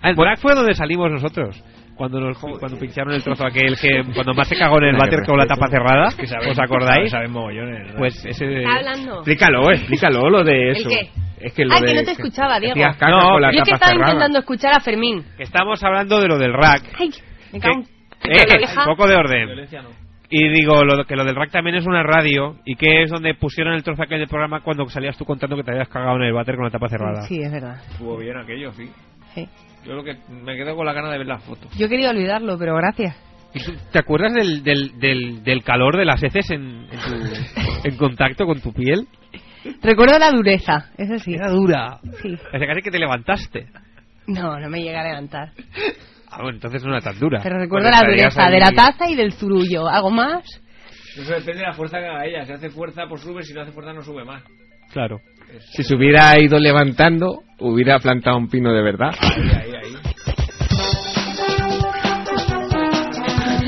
Ah, el Brac fue donde salimos nosotros. Cuando nos, cuando pincharon el trozo aquel que cuando más se cagó en el Nada que váter con la respeto. tapa cerrada, Que sabéis- ¿os acordáis? Sabéis mogollones, ¿verdad? Pues ese eh, Está hablando. Explícalo, explícalo lo de ¿El eso. qué? Es que lo Ah, de- que no te escuchaba, Diego. hacías caca No, con la Yo es que tapa estaba cerrada. intentando escuchar a Fermín. que estamos hablando de lo del rack. Ay, me cago en... Eh, la vieja. un poco de orden. Y digo, lo, que lo del rack también es una radio y que es donde pusieron el trozo aquel del programa cuando salías tú contando que te habías cagado en el váter con la tapa cerrada. Sí, es verdad. Estuvo bien aquello, sí. Sí. Yo lo que me quedo con la gana de ver las fotos. Yo quería olvidarlo, pero gracias. ¿Y tú- ¿Te acuerdas del, del, del, del calor de las heces en, en, tu- en contacto con tu piel? Recuerdo la dureza, eso sí. dura. Sí. Parece casi que te levantaste. No, no me llega a levantar. Ah, bueno, entonces no era tan dura. Pero recuerdo Bueno, la estarías dureza ahí. de la taza y del zurullo. ¿Hago más? Eso depende de la fuerza que haga ella. Si hace fuerza, pues sube. Si no hace fuerza, no sube más. Claro. Si se hubiera ido levantando, hubiera plantado un pino de verdad. Ahí, ahí, ahí.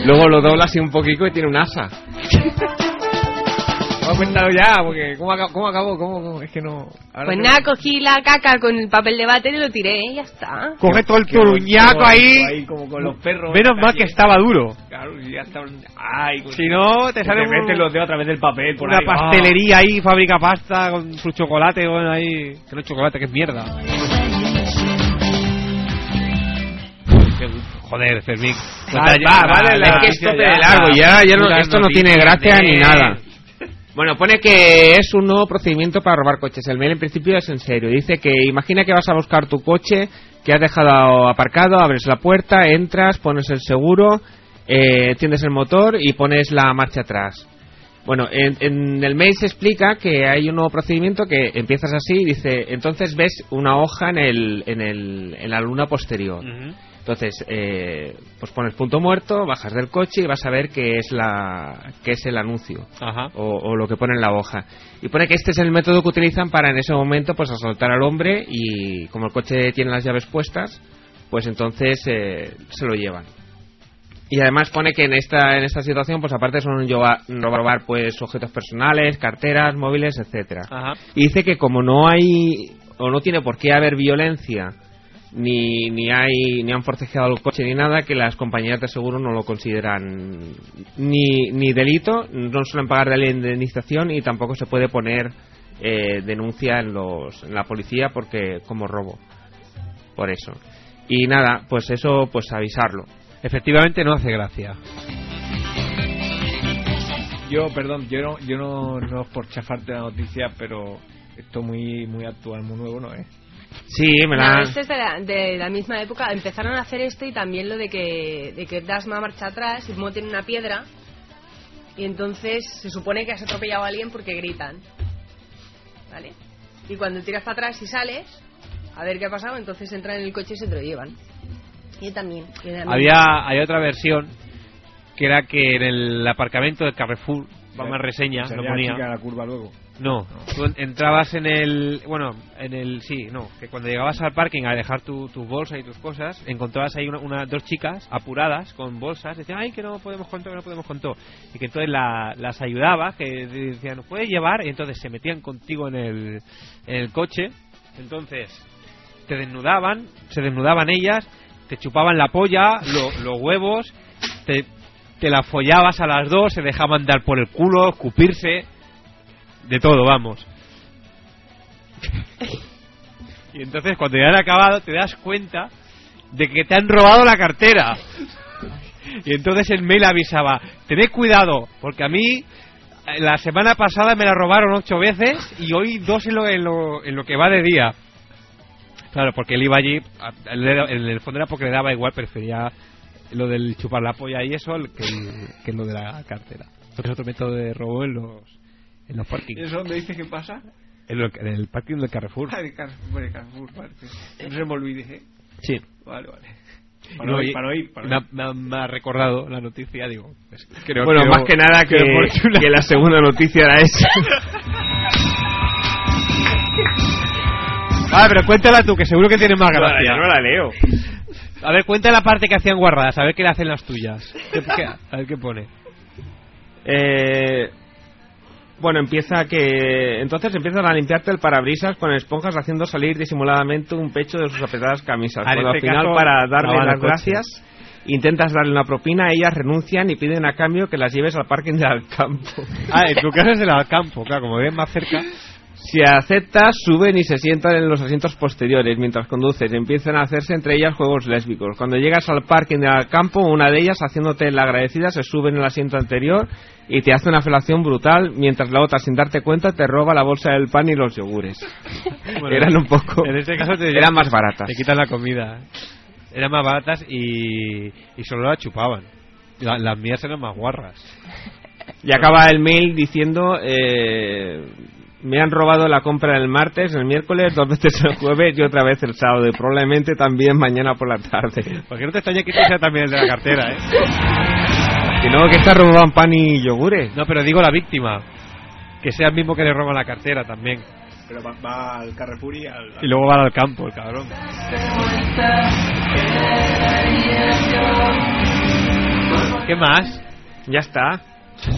Luego lo dobla así un poquito y tiene un asa. Vamos a contarlo ya, porque ¿cómo, acabo? cómo acabó? ¿Cómo, cómo? Es que no... ahora Pues que- nada, cogí la caca con el papel de váter y lo tiré y ya está. Coge todo el Qué bonito, turuñaco bonito, ahí. Como con los perros. Menos en la mal que calle. estaba duro. Claro, y ya está... Ay, pues Si no, te que sale te un- meten los dedos a través del papel por una ahí. pastelería Ah. ahí, fabrica pasta con su chocolate, bueno, ahí. Que no es chocolate, que es mierda. Joder, Fermín. Va, va, vale, es que esto te de largo, ya, ya no- esto no tiene gracia ni nada. Bueno, pone que es un nuevo procedimiento para robar coches. El mail en principio es en serio. Dice que imagina que vas a buscar tu coche que has dejado aparcado, abres la puerta, entras, pones el seguro, eh, tiendes el motor y pones la marcha atrás. Bueno, en, en el mail se explica que hay un nuevo procedimiento que empiezas así y dice, entonces ves una hoja en, el, en, el, en la luna posterior. Ujú. Entonces, eh, pues pones punto muerto, bajas del coche y vas a ver qué es, la, qué es el anuncio Ajá. o, o lo que pone en la hoja. Y pone que este es el método que utilizan para en ese momento pues asaltar al hombre y como el coche tiene las llaves puestas, pues entonces eh, se lo llevan. Y además pone que en esta, en esta situación, pues aparte son lleva- robar pues objetos personales, carteras, móviles, etcétera. Ah, Ajá. Y dice que como no hay o no tiene por qué haber violencia ni ni hay ni han forcejeado el coche ni nada que las compañías de seguro no lo consideran ni ni delito no suelen pagar la indemnización y tampoco se puede poner eh, denuncia en los en la policía porque como robo por eso y nada pues eso pues avisarlo Efectivamente no hace gracia. Yo, perdón, yo no, yo no, no es por chafarte la noticia, pero esto muy muy actual, muy nuevo, ¿no es? sí me la No, este es de la, de la misma época. Empezaron a hacer esto y también lo de que, de que das una marcha atrás y como tiene una piedra. Y entonces se supone que has atropellado a alguien porque gritan. ¿Vale? Y cuando tiras para atrás y sales, a ver qué ha pasado, entonces entran en el coche y se te lo llevan. Y también. y de la misma- Había, había otra versión que era que en el aparcamiento de Carrefour, vamos a reseña, lo Salía la ponía. chica de la curva luego. No, tú en- entrabas en el. Bueno, en el. Sí, no. Que cuando llegabas al parking a dejar tu- tus bolsas y tus cosas, encontrabas ahí una, una- dos chicas apuradas con bolsas. Decían, ay, que no podemos con todo, que no podemos con todo. Y que entonces la- las ayudabas, que decían, ¿nos puedes llevar? Y entonces se metían contigo en el, en el coche. Entonces te desnudaban, se desnudaban ellas, te chupaban la polla, lo- los huevos, te, te la follabas a las dos, se dejaban dar por el culo, escupirse. De todo, vamos. Y entonces cuando ya han acabado te das cuenta de que te han robado la cartera. Y entonces el mail avisaba, tened cuidado, porque a mí eh, la semana pasada me la robaron ocho veces y hoy dos en lo, en lo, en lo que va de día. Claro, porque él iba allí, a- él era- en el fondo era porque le daba igual, prefería lo del chupar la polla y eso el que, que lo de la cartera. Porque es otro método de robo en los, en los parkings. ¿Eso dónde dices que pasa? En, lo- en el parking del Carrefour. Ah, de Carrefour, de Carrefour, vale. No se me olvide, ¿eh? Sí. Vale, vale. No, Para oír, y- para oír. para me, ha, oír. me ha- me ha recordado la noticia, digo. pues, creo- bueno creo- más que nada que, creo oportuna. que la segunda noticia era esa Ah, pero cuéntala tú, que seguro que tiene más gracia. no la leo A ver, cuenta la parte que hacían guardadas, a ver qué le hacen las tuyas. ¿Qué- qué- a ver qué pone. Eh, bueno, empieza que. Entonces empiezan a limpiarte el parabrisas con esponjas, haciendo salir disimuladamente un pecho de sus apretadas camisas. Ah, en Bueno, al este final, caso, para darle lavan el las coche. gracias, intentas darle una propina, ellas renuncian y piden a cambio que las lleves al parking del campo. Ah, en tu casa es el campo, claro, como ven más cerca. Si aceptas, suben y se sientan en los asientos posteriores mientras conduces. Empiezan a hacerse entre ellas juegos lésbicos. Cuando llegas al parking del campo, una de ellas, haciéndote la agradecida, se sube en el asiento anterior y te hace una felación brutal, mientras la otra, sin darte cuenta, te roba la bolsa del pan y los yogures. Bueno, eran un poco... En este caso te Eran más baratas. Te quitan la comida. Eran más baratas y, y solo la chupaban. La- las mías eran más guarras. Y acaba el mail diciendo... eh, me han robado la compra el martes, el miércoles, dos veces el jueves y otra vez el sábado y probablemente también mañana por la tarde. Porque no te extraña que este sea también el de la cartera, ¿eh? Que no, que estas robaban pan y yogures. No, pero digo la víctima. Que sea el mismo que le roba la cartera también. Pero va, va al Carrefour y al... Y luego van al campo, el cabrón. ¿Qué más? Ya está.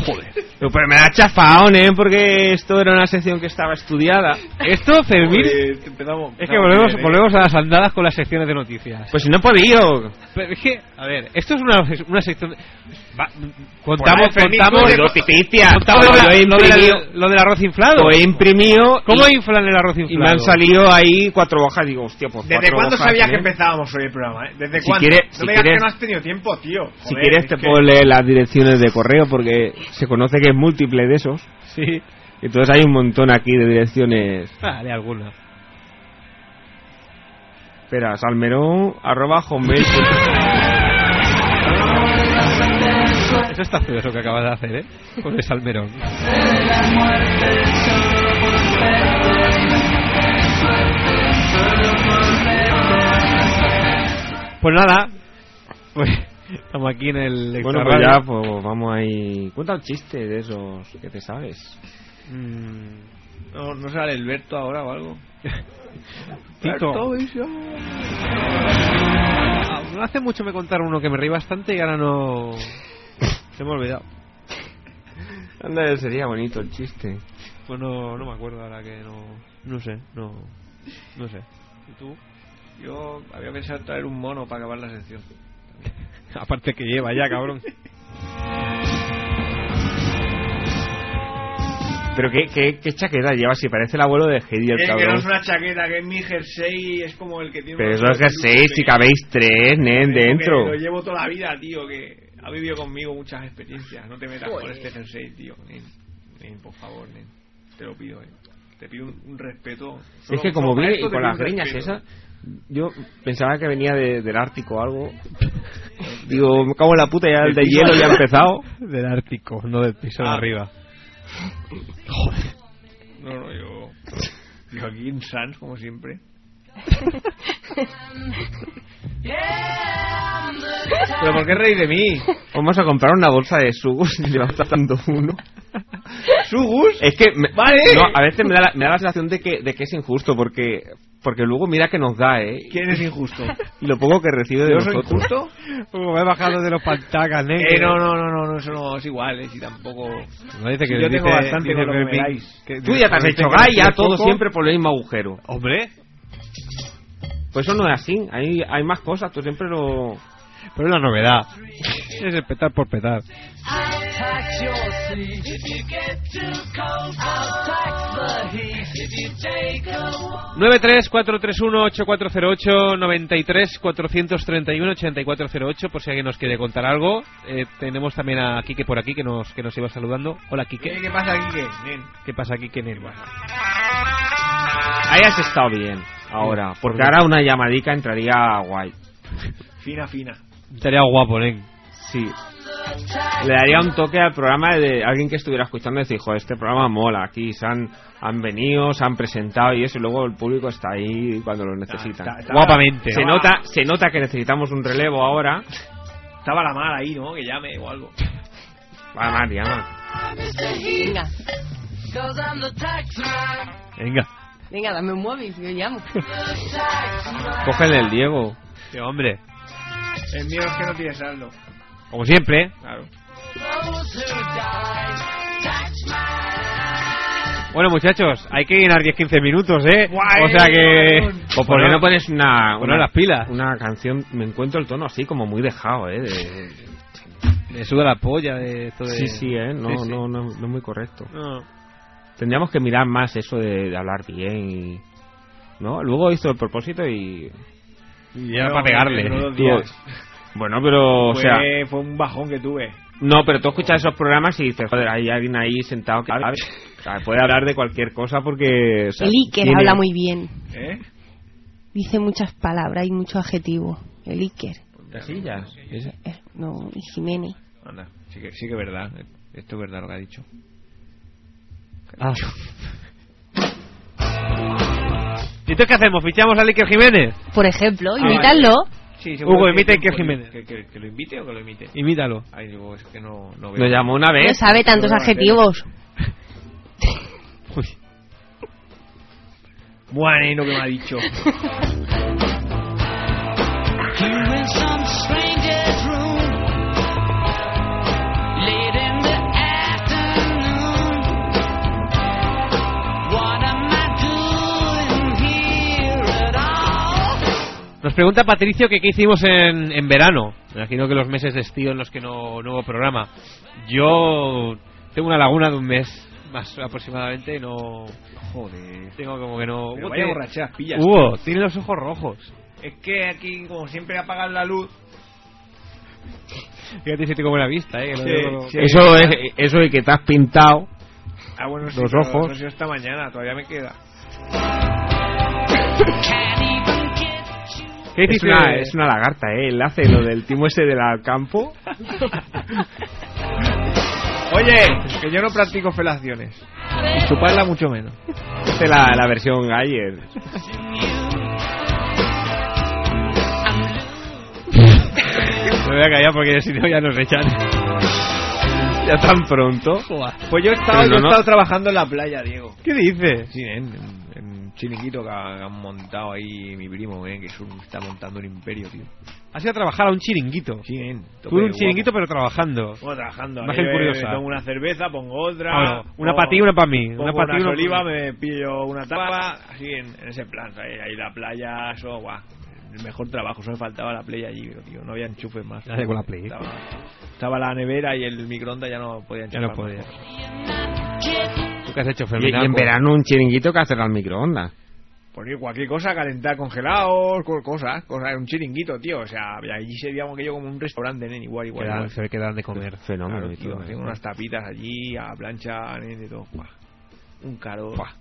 Joder. Pero me la ha chafado, ¿eh? Porque esto era una sección que estaba estudiada. Esto, Fermín, Oye, empezamos- es que empezamos volvemos, bien, ¿eh? volvemos a las andadas con las secciones de noticias. Pues no he podido. Pero es que, a ver, esto es una, una sección... Va, contamos, Por ahí, Fermín, contamos... tú de noticias. contamos lo, Lo de la- he lo de la- imprimido. lo del arroz inflado. Lo he imprimido ¿Cómo y, inflan el arroz y me inflado? han salido ahí cuatro hojas. Digo, hostia, pues ¿Desde cuatro cuándo hojas, sabías ¿eh? que empezábamos hoy el programa? eh? ¿Desde Si cuándo? quieres- no si me digas quieres- que no has tenido tiempo, tío. Si Joder, quieres es te que- puedo leer las direcciones de correo porque se conoce que es múltiple de esos. Sí. Entonces hay un montón aquí de direcciones. Ah, Vale, alguna. Espera, salmerón arroba hotmail punto com. Eso Eso está feo eso que acabas de hacer, ¿eh? Con el salmerón. Pues nada. Pues, estamos aquí en el. Bueno, pues extrarradio. ya, pues vamos ahí. Cuenta un chiste de esos que te sabes. Mm. No, no sale Alberto ahora o algo. Tito, ah, no hace mucho me contaron uno que me reí bastante y ahora no. Se me ha olvidado. Anda, sería bonito el chiste. Pues no, no me acuerdo ahora que no. No sé, no. No sé. ¿Y tú? Yo había pensado en traer un mono para acabar la sección. Aparte que lleva ya, cabrón. Pero qué, qué, qué chaqueta lleva si parece el abuelo de Heidi el Es que no cabrón. es una chaqueta, que es mi jersey, es como el que tiene... Pero una- eso es que seis, si cabéis tres, nen, Digo que dentro. Lo llevo toda la vida, tío, que ha vivido conmigo muchas experiencias. No te metas con Joder. este jersey, tío. Nen, Nen, por favor, nen. Te lo pido, eh. Te pido un, un respeto. Es Solo- que como solo para vi esto y te con pido las un greñas respeto. esas, yo pensaba que venía de- del Ártico o algo. Digo, me cago en la puta, ya el de hielo ya ha empezado. Del Ártico, no del piso de Ah. arriba. No, no, yo... Yo aquí en Sans, como siempre. ¿Pero por qué reí de mí? Vamos a comprar una bolsa de sugus y le va dando uno. ¿Sugus? Eh, Es que me- Vale. no, a veces me da, la, me da la sensación de que, de que es injusto porque porque luego mira que nos da, ¿eh? ¿Quién es injusto? Y lo poco que recibe de ¿Yo soy nosotros. injusto? Como Pues me he bajado de los pantacas, negro. Eh, no, no, no, no, no, eso no es igual, eh, si tampoco... No dice que Yo tengo dice- bastante dice con lo que me Fermín dais. que- Tú ya te has dice hecho que gay, ya recibe todo poco. siempre por el mismo agujero. Hombre, Pues eso no es así, hay, hay más cosas, tú siempre lo... pero es la novedad. Es el petar por petar. Nueve tres cuatro tres uno ocho cuatro cero ocho noventa y tres cuatrocientos treinta y uno ochenta y cuatro cero ocho por si alguien nos quiere contar algo Eh, tenemos también a Quique por aquí que nos que nos iba saludando hola ¿Qué, Quique qué pasa aquí, qué, nen? qué pasa Quique Nen? Ahí has estado bien, ahora, porque ahora una llamadica entraría guay. Fina, fina. estaría guapo ¿eh? Nen Sí. Le daría un toque al programa de alguien que estuviera escuchando y decir, joder, este programa mola, aquí se han, han venido, se han presentado y eso, y luego el público está ahí cuando lo necesitan. Está- está- guapamente Se nota, se nota que necesitamos un relevo ahora. Estaba la mala ahí, ¿no? Que llame o algo. Va, Mar, llama. Venga, venga venga, dame un móvil, yo llamo. Cógele el Diego. Sí, hombre El mío es que no tiene saldo. como siempre ¿eh? Claro. Bueno, muchachos, hay que llenar 10-15 minutos, ¿eh? Guay, o sea que. cabrón. ¿O Pues, por qué no pones una, poner una, las pilas? una canción? Me encuentro el tono así como muy dejado, ¿eh? de- Me suda la polla de esto de. Sí, sí, ¿eh? No, Sí, sí. No, no, no es muy correcto. No. Tendríamos que mirar más eso de, de hablar bien y... ¿No? Luego hizo el propósito y... Y era No, para pegarle. no lo tú- digas. Bueno, pero, o fue, sea... fue un bajón que tuve. No, pero tú escuchas esos programas y dices, joder, hay alguien ahí sentado que sabe. O sea, puede hablar de cualquier cosa porque... o sea, El Iker tiene- habla muy bien. ¿Eh? Dice muchas palabras y mucho adjetivo. El Iker. Casillas. Esa- Eh, No, y Jiménez. Anda, sí que, sí que es verdad. Esto es verdad lo que ha dicho. Ah. ¿Y entonces qué hacemos? ¿Fichamos a Iker Jiménez? Por ejemplo, Ah, invítalo. Sí, seguro Hugo, que- imita a imite Iker Jiménez. Que, que- que lo invite o que lo imite? Imítalo. Ay, digo, es que no, no veo. Nos llamó una No vez. sabe tantos Pero, adjetivos. Uy. Bueno, que me ha dicho. Nos pregunta Patricio que qué hicimos en, en verano. Me imagino que los meses de estío en los que no, no hubo programa. Yo tengo una laguna de un mes más aproximadamente. No. Joder. Tengo como que no. Pero Hugo, vaya tiene- borracheras pillas. Hugo, tiene los ojos rojos. Es que aquí, como siempre, apagan la luz. Fíjate si tengo buena vista, eh. que no Sí, tengo- sí. Eso es, eso de que te has pintado. Ah, bueno, sí, Los pero ojos. No sé, esta mañana, todavía me queda. ¿Qué Es hiciste? una, es una lagarta, ¿eh? Él hace lo del timo ese del campo. Oye, que yo no practico felaciones. Y chuparla mucho menos. Esta es la, la versión ayer. Me voy a callar porque si no ya nos echan. Ya tan pronto. Pues yo he estado, Pero yo he no, no. estado trabajando en la playa, Diego. ¿Qué dices? Sí, en, en- en un chiniquito que, ha- que han montado ahí mi primo, eh, que es un- está montando un imperio, tío. Has ido a trabajar a un chiringuito. Sí, en Tú un chiringuito pero trabajando. Bueno, trabajando. Imagen Aquí me- curiosa. me Pongo una cerveza, pongo Ah, otra. bueno, una pongo- para ti y una para mí. Una pongo para ti y unas una olivas, me pillo una tapa. Así en, en ese plan, ¿sabes? Ahí la playa, eso, guau. El mejor trabajo, solo faltaba la playa allí, pero, tío. No había enchufes más. Ya sé con la Play. Estaba, estaba la nevera y el microondas ya no podía Ya enchufar. no más podía. cosas. ¿Tú qué has hecho, Y, y Fermín? en verano un chiringuito que hacer al microondas. Porque cualquier cosa, calentar congelados, co- cosas, cosas, un chiringuito, tío. O sea, allí sería aquello como un restaurante, nen, igual, igual. Quedan- igual. se ve que dan de comer. Fenómeno. Claro, y tío, ¿eh? todo. hacen unas tapitas allí a plancha, nen, de todo. Buah, Un calor. Dos-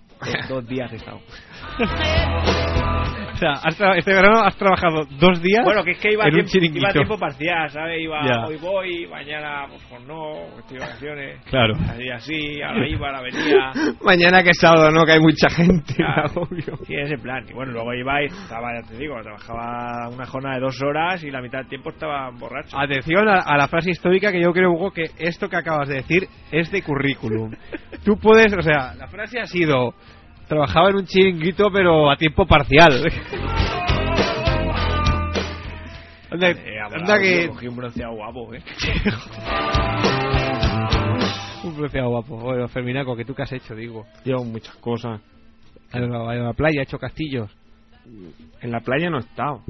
Dos días he estado. O sea, has tra- este verano has trabajado dos días. Bueno, que es que iba, a en un tiempo, chiringuito. iba a tiempo parcial, ¿sabes? Iba, Ya. hoy voy, mañana, pues, pues no, estoy de vacaciones. Claro. Así, así, ahora iba, ahora venía. Mañana que es sábado, ¿no? Que hay mucha gente. me Claro. agobio. Sí, ese plan. Y bueno, luego iba y estaba, ya te digo, trabajaba una jornada de dos horas y la mitad del tiempo estaba borracho. Atención a, a la frase histórica que yo creo, Hugo, que esto que acabas de decir es de currículum. Tú puedes, o sea, la frase ha sido, trabajaba en un chiringuito pero a tiempo parcial. Anda, Eh, ha anda molado, tío, que... Cogí un bronceado guapo, ¿eh? Un bronceado guapo. Bueno, Ferminaco, que tú qué has hecho, digo. Yo muchas cosas. A la, a la playa, he hecho castillos. En la playa no he estado.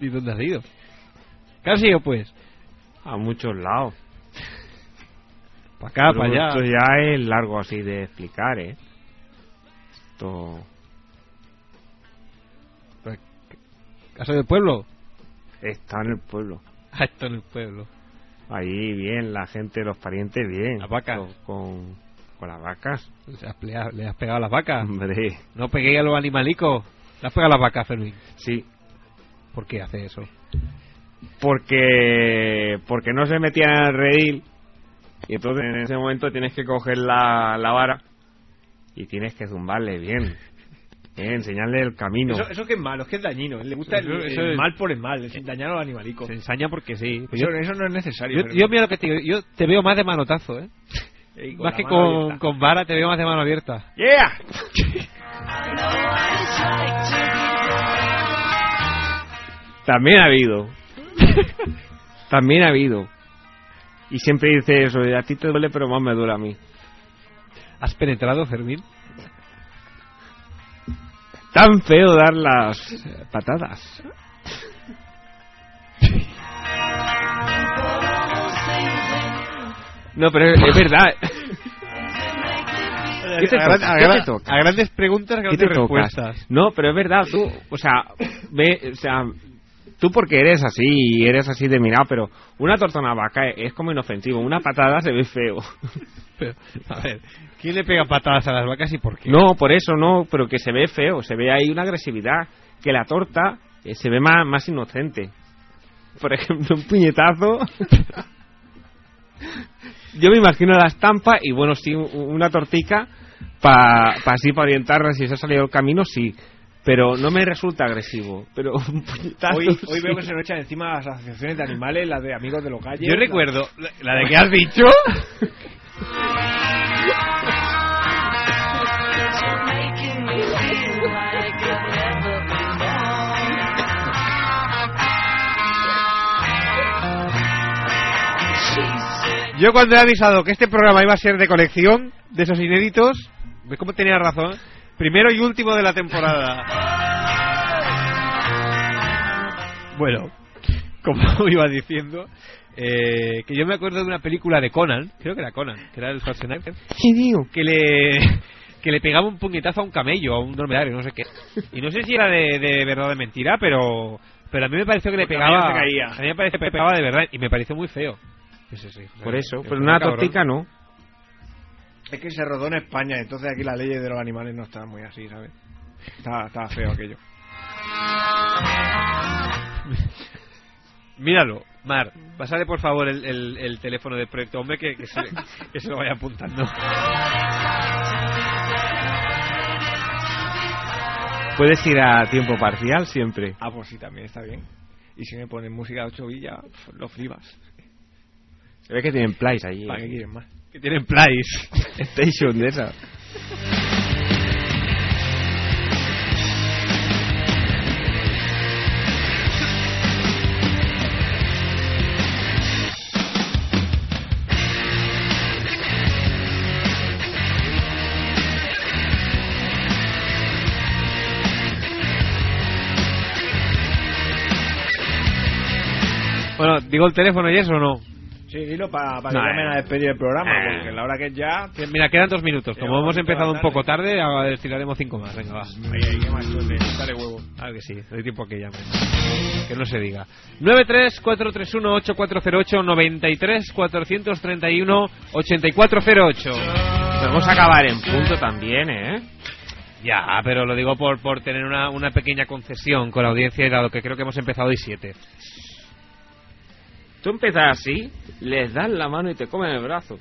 ¿Y dónde has ido? Casi yo, pues. A muchos lados. Para acá, Pero para allá. Esto ya es largo así de explicar, ¿eh? Esto... ¿Has ido al pueblo? Está en el pueblo. Ah, esto en el pueblo. Ahí bien, la gente, los parientes bien. Las vacas. Con, con, con las vacas. O sea, le has- ¿Le has pegado a las vacas? Hombre, No peguéis a los animalicos. Le has pegado a las vacas, Fermín. sí. ¿Por qué hace eso? Porque, porque no se metían en el redil. Y entonces en ese momento tienes que coger la, la vara y tienes que zumbarle bien. Bien, enseñarle el camino. Eso, eso que es malo, es que es dañino. Le gusta el, Eso- eso el es- mal por el mal, es dañar a los animalicos. Se ensaña porque sí. Eso, eso no es necesario. yo, pero- yo mira lo que te digo. Yo te veo más de manotazo, ¿eh? Ey, Más la que mano con, abierta. con vara, te veo más de mano abierta. ¡Yeah! También ha habido. También ha habido. Y siempre dice eso, a ti te duele, pero más me duele a mí. ¿Has penetrado, Fermín? Tan feo dar las eh, patadas. No, pero es, es verdad. ¿Qué te a, toca? gran- a ¿Qué te gran- toca? a grandes preguntas, ¿Qué grandes te tocas? respuestas. No, pero es verdad, tú, o sea, ve, o sea, tú porque eres así y eres así de mirado, pero una tortona vaca es como inofensivo, una patada se ve feo. Pero, a ver, ¿quién le pega patadas a las vacas y por qué? No, por eso no, pero que se ve feo, se ve ahí una agresividad, que la torta eh, se ve más, más inocente. Por ejemplo, un puñetazo. Yo me imagino la estampa y bueno, sí, u- una tortica para así, para orientarla, si se ha salido el camino, sí. Pero no me resulta agresivo. Pero un puñetazo. Hoy, hoy sí. veo que se nos echan encima las asociaciones de animales, las de amigos de los calles. Yo recuerdo la de que has dicho. Yo cuando he avisado que este programa iba a ser de colección de esos inéditos, ¿ves cómo tenía razón? Primero y último de la temporada. Bueno, como iba diciendo, eh, que yo me acuerdo de una película de Conan, creo que era Conan, que era el Schwarzenegger, Sí, digo. que le que le pegaba un puñetazo a un camello, a un dromedario, no sé qué. Y no sé si era de, de verdad o de mentira, pero pero a mí me pareció que le Porque pegaba a mí se caía. a mí me pareció que le pegaba de verdad y me pareció muy feo. Pues sí, sí, o sea, Eh, Por eso, que pero fue una cabrón. tortica no. Es que se rodó en España, entonces aquí las leyes de los animales no están muy así, ¿sabes? Estaba, estaba feo aquello. Míralo. Mar, pasale por favor el, el- el teléfono del Proyecto Hombre que, que se, que se lo vaya apuntando. Puedes ir a tiempo parcial siempre. Ah, pues sí, también está bien. Y si me ponen música de 8 villas, lo flipas. Se ve que tienen eh. plays allí. ¿Para qué quieren más? Que tienen plays. Station de esa. Bueno, digo el teléfono y eso o no. Sí, dilo para No, que llamen eh. a despedir el programa, porque la hora que es ya... Que, Mira, quedan dos minutos. Como Llevamos hemos toda empezado un la poco tarde, ahora estiraremos cinco más. ¿eh? Venga, pues, eh, va. Ay, ay, qué machote, dale huevo. Claro que sí, doy tiempo a que llamen. Que no se diga. 93-431-8408-93-431-8408. Podemos acabar en punto también, ¿eh? Ya, pero lo digo por, por tener una, una pequeña concesión con la audiencia y dado que creo que hemos empezado hoy siete. Tú empiezas así, les das la mano y te comen el brazo.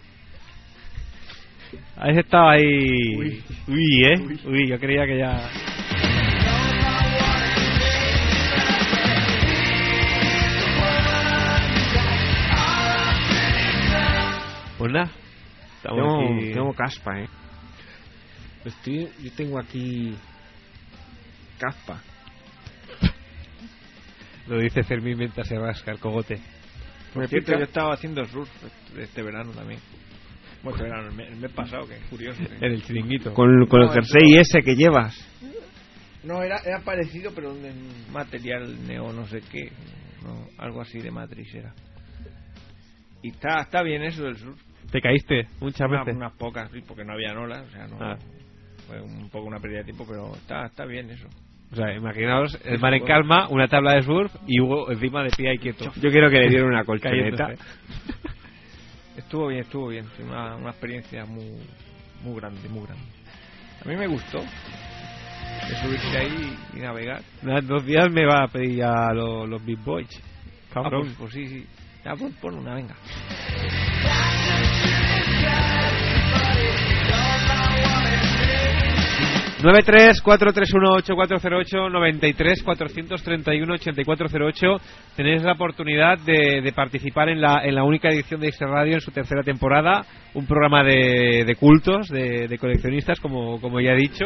Has estado ahí... Uy, ¿eh? Uy. yo creía que ya... Pues nada. Estamos Tengo, aquí. tengo caspa, ¿eh? Estoy, yo tengo aquí... Caspa. Lo dice Fermín mientras se rasca el cogote. Por cierto, yo estaba haciendo surf este verano también. Bueno, este verano, el mes, el mes pasado, que curioso. ¿eh? En el chiringuito. Con, con el jersey ese que llevas. No, era, era parecido, pero de material neo, no sé qué. no, algo así de matriz era. Y está, está bien eso del surf. Te caíste Ah, muchas pues Una- veces. unas pocas, sí, porque no había olas, o sea, no. Ah. Fue un poco una pérdida de tiempo, pero está, está bien eso. O sea, imaginaos el mar en calma, una tabla de surf y Hugo encima de pie ahí quieto. Yo quiero que le dieran una Cayéndose. colchoneta. Estuvo bien, estuvo bien. Fue una, una experiencia muy, muy grande, muy grande. A mí me gustó. De subirse ahí y, y navegar. Nada, En dos días me va a pedir ya lo- los Big Boys. Ah, pues, Cabrón. pues sí, sí. Ya, pon, pon una, venga. nueve tres cuatro tres uno ocho cuatro cero ocho noventa y tres cuatrocientos treinta y uno ochenta y cuatro cero ocho tenéis la oportunidad de, de participar en la, en la única edición de X Radio en su tercera temporada un programa de, de cultos de, de coleccionistas como, como ya he dicho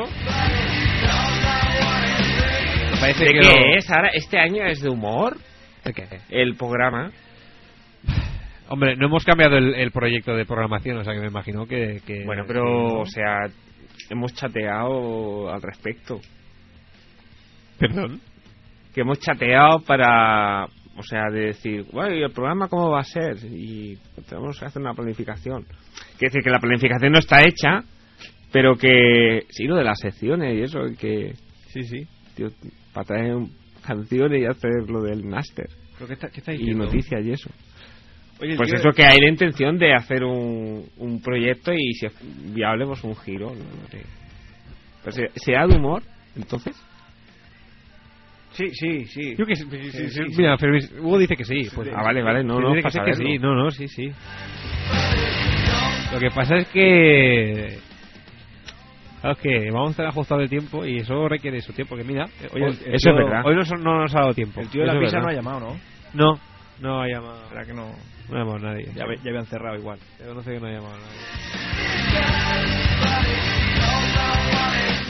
Me parece ¿De que qué lo- es? Ahora, ¿Este año es de humor? ¿De qué? El programa. hombre no hemos cambiado el, el proyecto de programación o sea que me imagino que, que- Bueno, pero, o sea, hemos chateado al respecto. perdón Que hemos chateado para, o sea, de decir, bueno, ¿y el programa cómo va a ser? Y tenemos que hacer una planificación. Quiere decir que la planificación no está hecha, pero que, sí, lo de las secciones y eso, y que, Sí, sí. tío, para traer canciones y hacer lo del master ¿Pero qué, está, ¿Qué estáis y diciendo? noticias y eso. Oye, el Pues tío- eso que hay la intención de hacer un, un proyecto y si es viable, pues un giro. ¿no? No sé. Pero se- ¿Será de humor, entonces? Sí, sí, sí. Yo que sí, sí, Sí, sí, sí, mira, Fermín, Hugo dice que sí. pues- Ah, vale, vale, no, no, Tiene que para ser que sí, saberlo. no, no, sí, sí. Lo que pasa es que. Claro, es que vamos a estar ajustado el tiempo y eso requiere su tiempo. Que mira, eh, hoy, Eso el es tío- verdad. Hoy no, son- no nos ha dado tiempo. El tío de Eso la es pizza no ha verdad. llamado, ¿no? No, no ha llamado. Será que no. No ha llamado nadie. Ya, ve- ya habían cerrado igual. Yo no sé que no ha llamado nadie.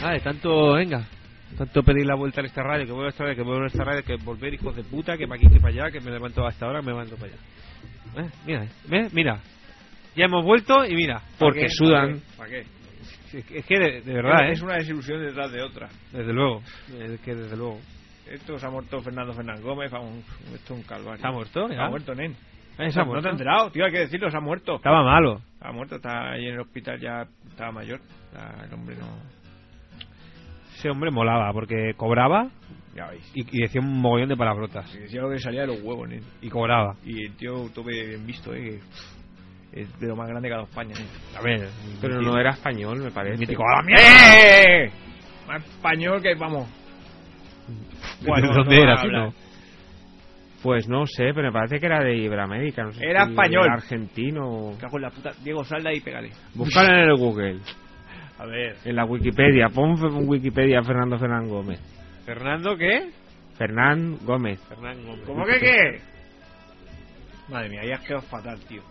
Ah, de tanto, venga. Tanto pedir la vuelta a esta radio, que vuelva a esta radio, que vuelva a esta radio, que volver hijos de puta, que para aquí, que para allá, que me levanto hasta ahora, que me levanto para allá. Eh, mira, ¿ves? Mira. Ya hemos vuelto y mira. Porque sudan. ¿Para qué? Es que- es que de, de verdad, ¿eh? Es una desilusión detrás de otra. Desde luego. Es que desde luego. Esto se ha muerto Fernando Fernández Gómez. vamos, esto es un calvario. ¿Se ha muerto? Se ya? ha muerto, nen. Eh, se No ha te muerto. has enterado, tío, hay que decirlo, se ha muerto. Estaba malo. Se ha muerto, está ahí en el hospital, ya estaba mayor. Ya el hombre no. Ese hombre molaba porque cobraba Ya veis. y, y decía un mogollón de palabrotas. Sí, Decía lo que salía de los huevos, nen. Y cobraba. Y el tío tuve bien visto, eh. que Es de lo más grande que ha dado España, nen. A ver. Pero mítico. no era español, me parece. Mítico. ¡A la mierda! ¡Eh! Más español que vamos. ¿Dónde no era, va a tío? hablar. Pues no sé, pero me parece que era de Iberoamérica. No sé Era si español. era argentino. o- Cago en la puta. Diego, sal de ahí y pégale. Búscalo en el Google, A ver. en la Wikipedia. Pon fe- Wikipedia Fernando Fernán Gómez. ¿Fernando qué? Fernán Gómez. ¿Cómo que qué? Madre mía, ya has quedado fatal, tío.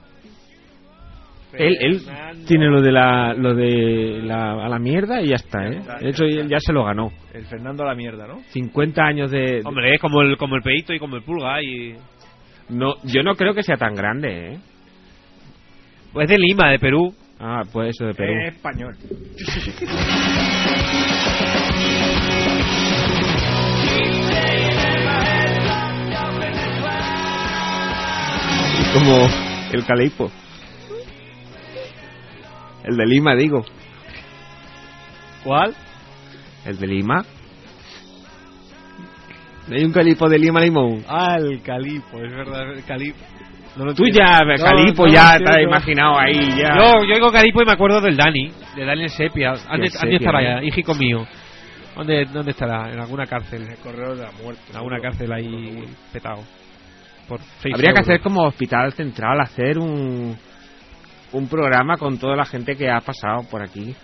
Él, él Fernando. tiene lo de la lo de la, a la mierda y ya está, Ya ¿eh? está, ya De hecho, está. él ya se lo ganó. El Fernando a la mierda, ¿no? 50 años de... Hombre, es como el, como el peito y como el pulga y... No, yo no creo que sea tan grande, ¿eh? Pues de Lima, de Perú. Ah, pues eso de Perú. Es español. Como el Caleipo. El de Lima, digo. ¿Cuál? ¿El de Lima? ¿No hay un Calipo de Lima Limón? Ah, el calipo, es verdad, el calipo. Tú ya, Calipo, no, ya no, te has no. imaginado ahí, ya. Yo, yo digo calipo y me acuerdo del Dani, de Dani el Sepia. ¿Dónde, Sepia, dónde estará ¿no? ya? Hijico mío. ¿Dónde, ¿Dónde estará? En alguna cárcel. En el correo de la muerte. En alguna cárcel ahí petado. Por seis Habría que euros. hacer como Hospital Central, hacer un, un programa con toda la gente que ha pasado por aquí.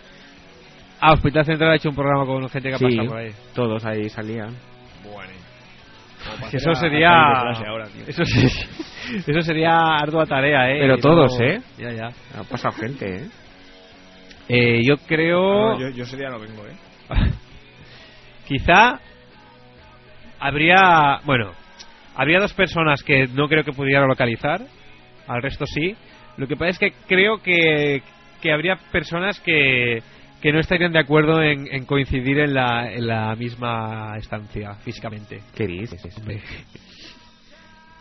Ah, Hospital Central ha hecho un programa con gente que ha pasado por ahí. todos ahí salían. Que eso sería. Eso, se- eso sería ardua tarea, ¿eh? Pero Y todos, no- ¿eh? Ya, ya. Ha pasado gente, ¿eh? Eh, yo No, creo. Ah, yo, yo sería no vengo, ¿eh? Quizá habría, bueno, habría dos personas que no creo que pudiera localizar, al resto sí. Lo que pasa es que creo que, que habría personas que, que no estarían de acuerdo en, en coincidir en la, en la misma estancia físicamente. ¿Qué dices? Hombre,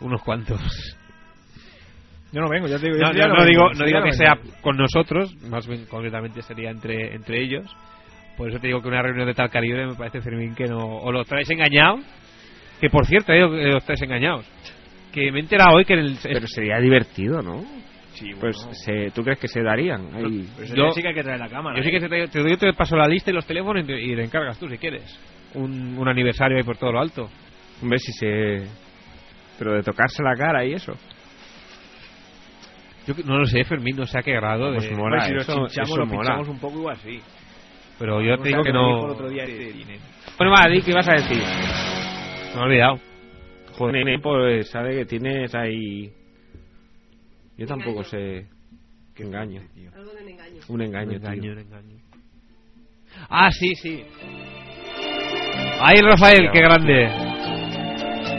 Unos cuantos. Yo no vengo, ya te digo. yo No, sería yo no digo, vengo, no sería digo que sea vengo. con nosotros, más bien concretamente sería entre, entre ellos. Por eso te digo que una reunión de tal calibre me parece, Fermín, que no. O los traes engañados, que por cierto, eh, los traes engañados. Que me he enterado hoy que en el. Pero sería divertido, ¿no? Sí, bueno. Pues, se- ¿tú crees que se darían? Ahí. Pero sería yo- chica que trae la cámara. ¿eh? yo sí que te, te doy, te paso la lista y los teléfonos y, te- y le encargas tú si quieres. Un, un aniversario ahí por todo lo alto. Hombre, si se... Pero de tocarse la cara y eso. Yo que- no lo sé, Fermín, no sé a qué grado. de- Pues Hombre, mola, si los eso, chinchamos, eso los mola. pinchamos un poco igual, sí. pero yo te digo que me no. dijo el otro día este Ine. Bueno, va, Di, ¿qué vas a decir? Me he olvidado. Joder, Nene, pues sabe que tienes ahí... Yo tampoco sé... ¿Qué engaño? Algo de un engaño. Un engaño, tío. Ah, sí, sí. Ahí, Rafael, qué grande.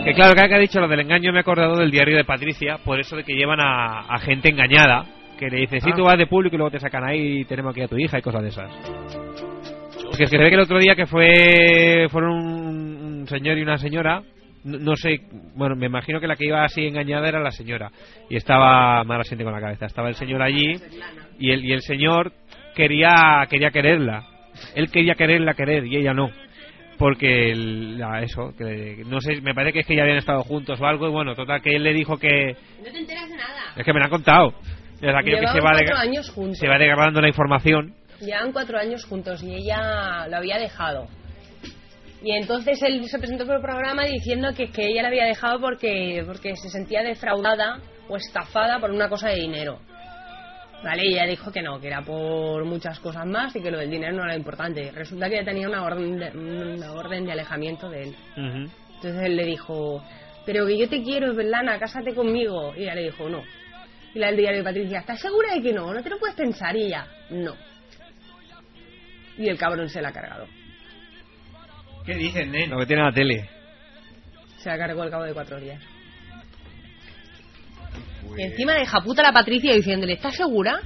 Que claro, que ha dicho lo del engaño me he acordado del diario de Patricia, por eso de que llevan a, a gente engañada, que le dice, sí, tú vas de público y luego te sacan ahí y tenemos aquí a tu hija y cosas de esas. Porque es que se ve que el otro día que fue fueron un, un señor y una señora, no, no sé, bueno, me imagino que la que iba así engañada era la señora, y estaba mal asiente con la cabeza, estaba el señor allí y el, y el señor quería quería quererla él quería quererla querer y ella no porque el- la- eso que no sé me parece que es que ya habían estado juntos o algo y bueno total que él le dijo que No te enteras de nada. es que me lo han contado es aquello que Llevaban se va cuatro de- años juntos. se va degradando la información Llevaban cuatro años juntos y ella lo había dejado. Y entonces él se presentó por el programa diciendo que, que ella la había dejado porque, porque se sentía defraudada o estafada por una cosa de dinero. Vale, y ella dijo que no, que era por muchas cosas más y que lo del dinero no era importante. Resulta que ella tenía una orden de, una orden de alejamiento de él. Entonces él le dijo, pero que yo te quiero, Berlana, cásate conmigo. Y ella le dijo, no. Y la del diario de Patricia, ¿estás segura de que no? ¿No te lo puedes pensar? Y ella, no. Y el cabrón se la ha cargado. ¿Qué dicen, nen? lo que tiene la tele Se la cargó al cabo de cuatro días. Y encima deja puta a la Patricia diciéndole, ¿estás segura?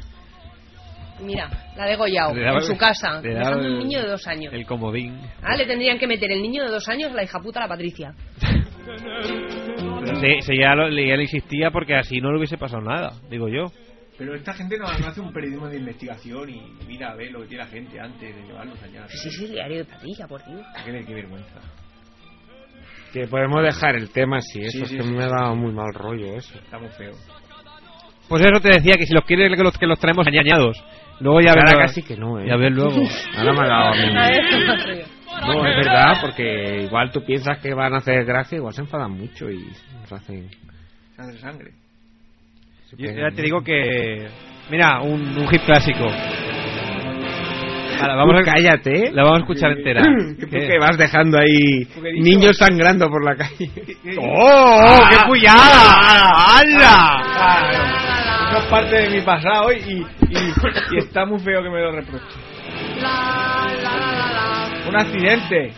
Mira, la ha degollado Le daba- en su casa, le dejando daba un el- niño de dos años. el comodín Ah, le tendrían que meter el niño de dos años a la hija puta a la Patricia. se, se ya, lo- ya le insistía porque así no le hubiese pasado nada digo yo Pero esta gente no, no hace un periodismo de investigación y mira a ver lo que tiene la gente antes de llevarlos allá. Sí, sí, Pues el diario de Patricia, por Dios. Qué, qué vergüenza. Que podemos dejar el tema así, eso Sí, es sí, que sí, me ha dado muy mal rollo eso. Está muy feo. pues eso te decía que si los quieres que los, que los traemos añañados luego ya Ahora verás casi que no, ¿eh? ya ves luego Ahora me ha dado a mí. A ver, No, es verdad, porque igual tú piensas que van a hacer gracia, igual se enfadan mucho y nos hacen. Sangre, sangre. se Yo pegan. ya te digo que. Mira, un, un hit clásico. Ahora, vamos Tú a, cállate. ¿eh? la vamos a escuchar entera. Que tú ¿Qué? que vas dejando ahí niños sangrando por la calle. ¡Oh! ¡Qué pullada! ¡Hala! Ah, Eso es parte de mi pasado y, y, y- y está muy feo que me lo reproche. Un accidente.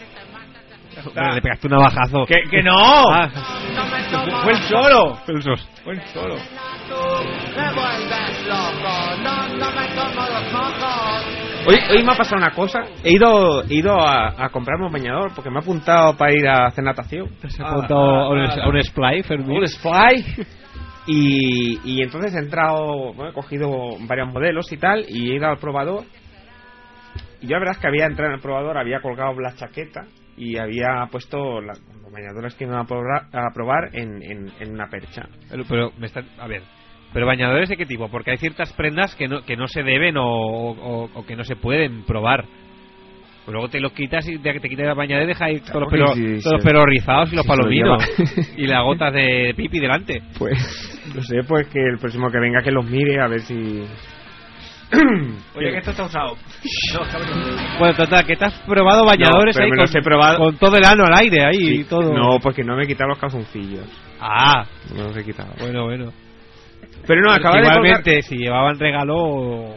Ya está. Hombre, le pegaste un navajazo. ¡Que, que no! Ah, Fue el solo. esos. Fue el solo. Hoy, hoy me ha pasado una cosa. He ido, he ido a, a comprarme un bañador porque me ha apuntado para ir a hacer natación. Se ha Ah, apuntado a un, ah, a un splice, Fermín. Un Spy. Y, y entonces he entrado, bueno, he cogido varios modelos y tal, y he ido al probador. Y yo la verdad es que había entrado en el probador, había colgado la chaqueta y había puesto la- los bañadores que iban a probar, a probar en, en- en una percha. Pero, pero me está- a ver, pero bañadores de qué tipo? Porque hay ciertas prendas que no, que no se deben o, o- o que no se pueden probar. Pues luego te los quitas y te, te quitas la bañadera y dejas ahí todos los pelos, Claro, sí, sí, todos los sí. pelos rizados y los Sí, se lo palominos lleva. y las gotas de pipi delante. Pues, no sé, pues que el próximo que venga que los mire a ver si... Oye, que esto está usado. No, cabrón. Bueno, total, que te has probado bañadores pero ahí me con, los he probado. con todo el ano al aire ahí y Sí, todo. No, porque no me he quitado los calzoncillos. Ah, No los he quitado. bueno, bueno. Pero no, acababa de colgar- Igualmente, si llevaban regalo... o-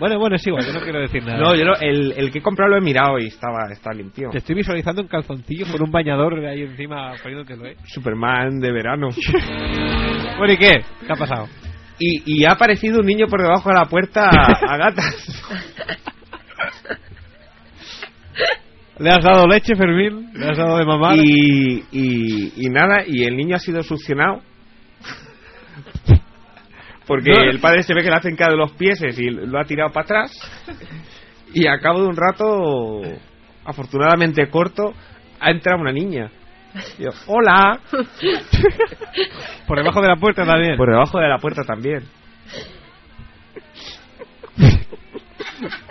Bueno, bueno, es igual, yo no quiero decir nada. No, yo lo- el, el que he comprado lo he mirado y estaba está limpio. Te estoy visualizando en calzoncillos con un bañador ahí encima poniéndotelo, ¿eh? Superman de verano. Bueno, ¿y qué? ¿Qué ha pasado? Y, y ha aparecido un niño por debajo de la puerta a, a gatas. ¿Le has dado leche, Fermín? ¿Le has dado de mamá? Y, y, y nada, y el niño ha sido succionado. Porque No. el padre se ve que le ha cencado los pies y lo ha tirado para atrás. Y a cabo de un rato, afortunadamente corto, ha entrado una niña. Y yo, hola. Por debajo de la puerta también. Por debajo de la puerta también.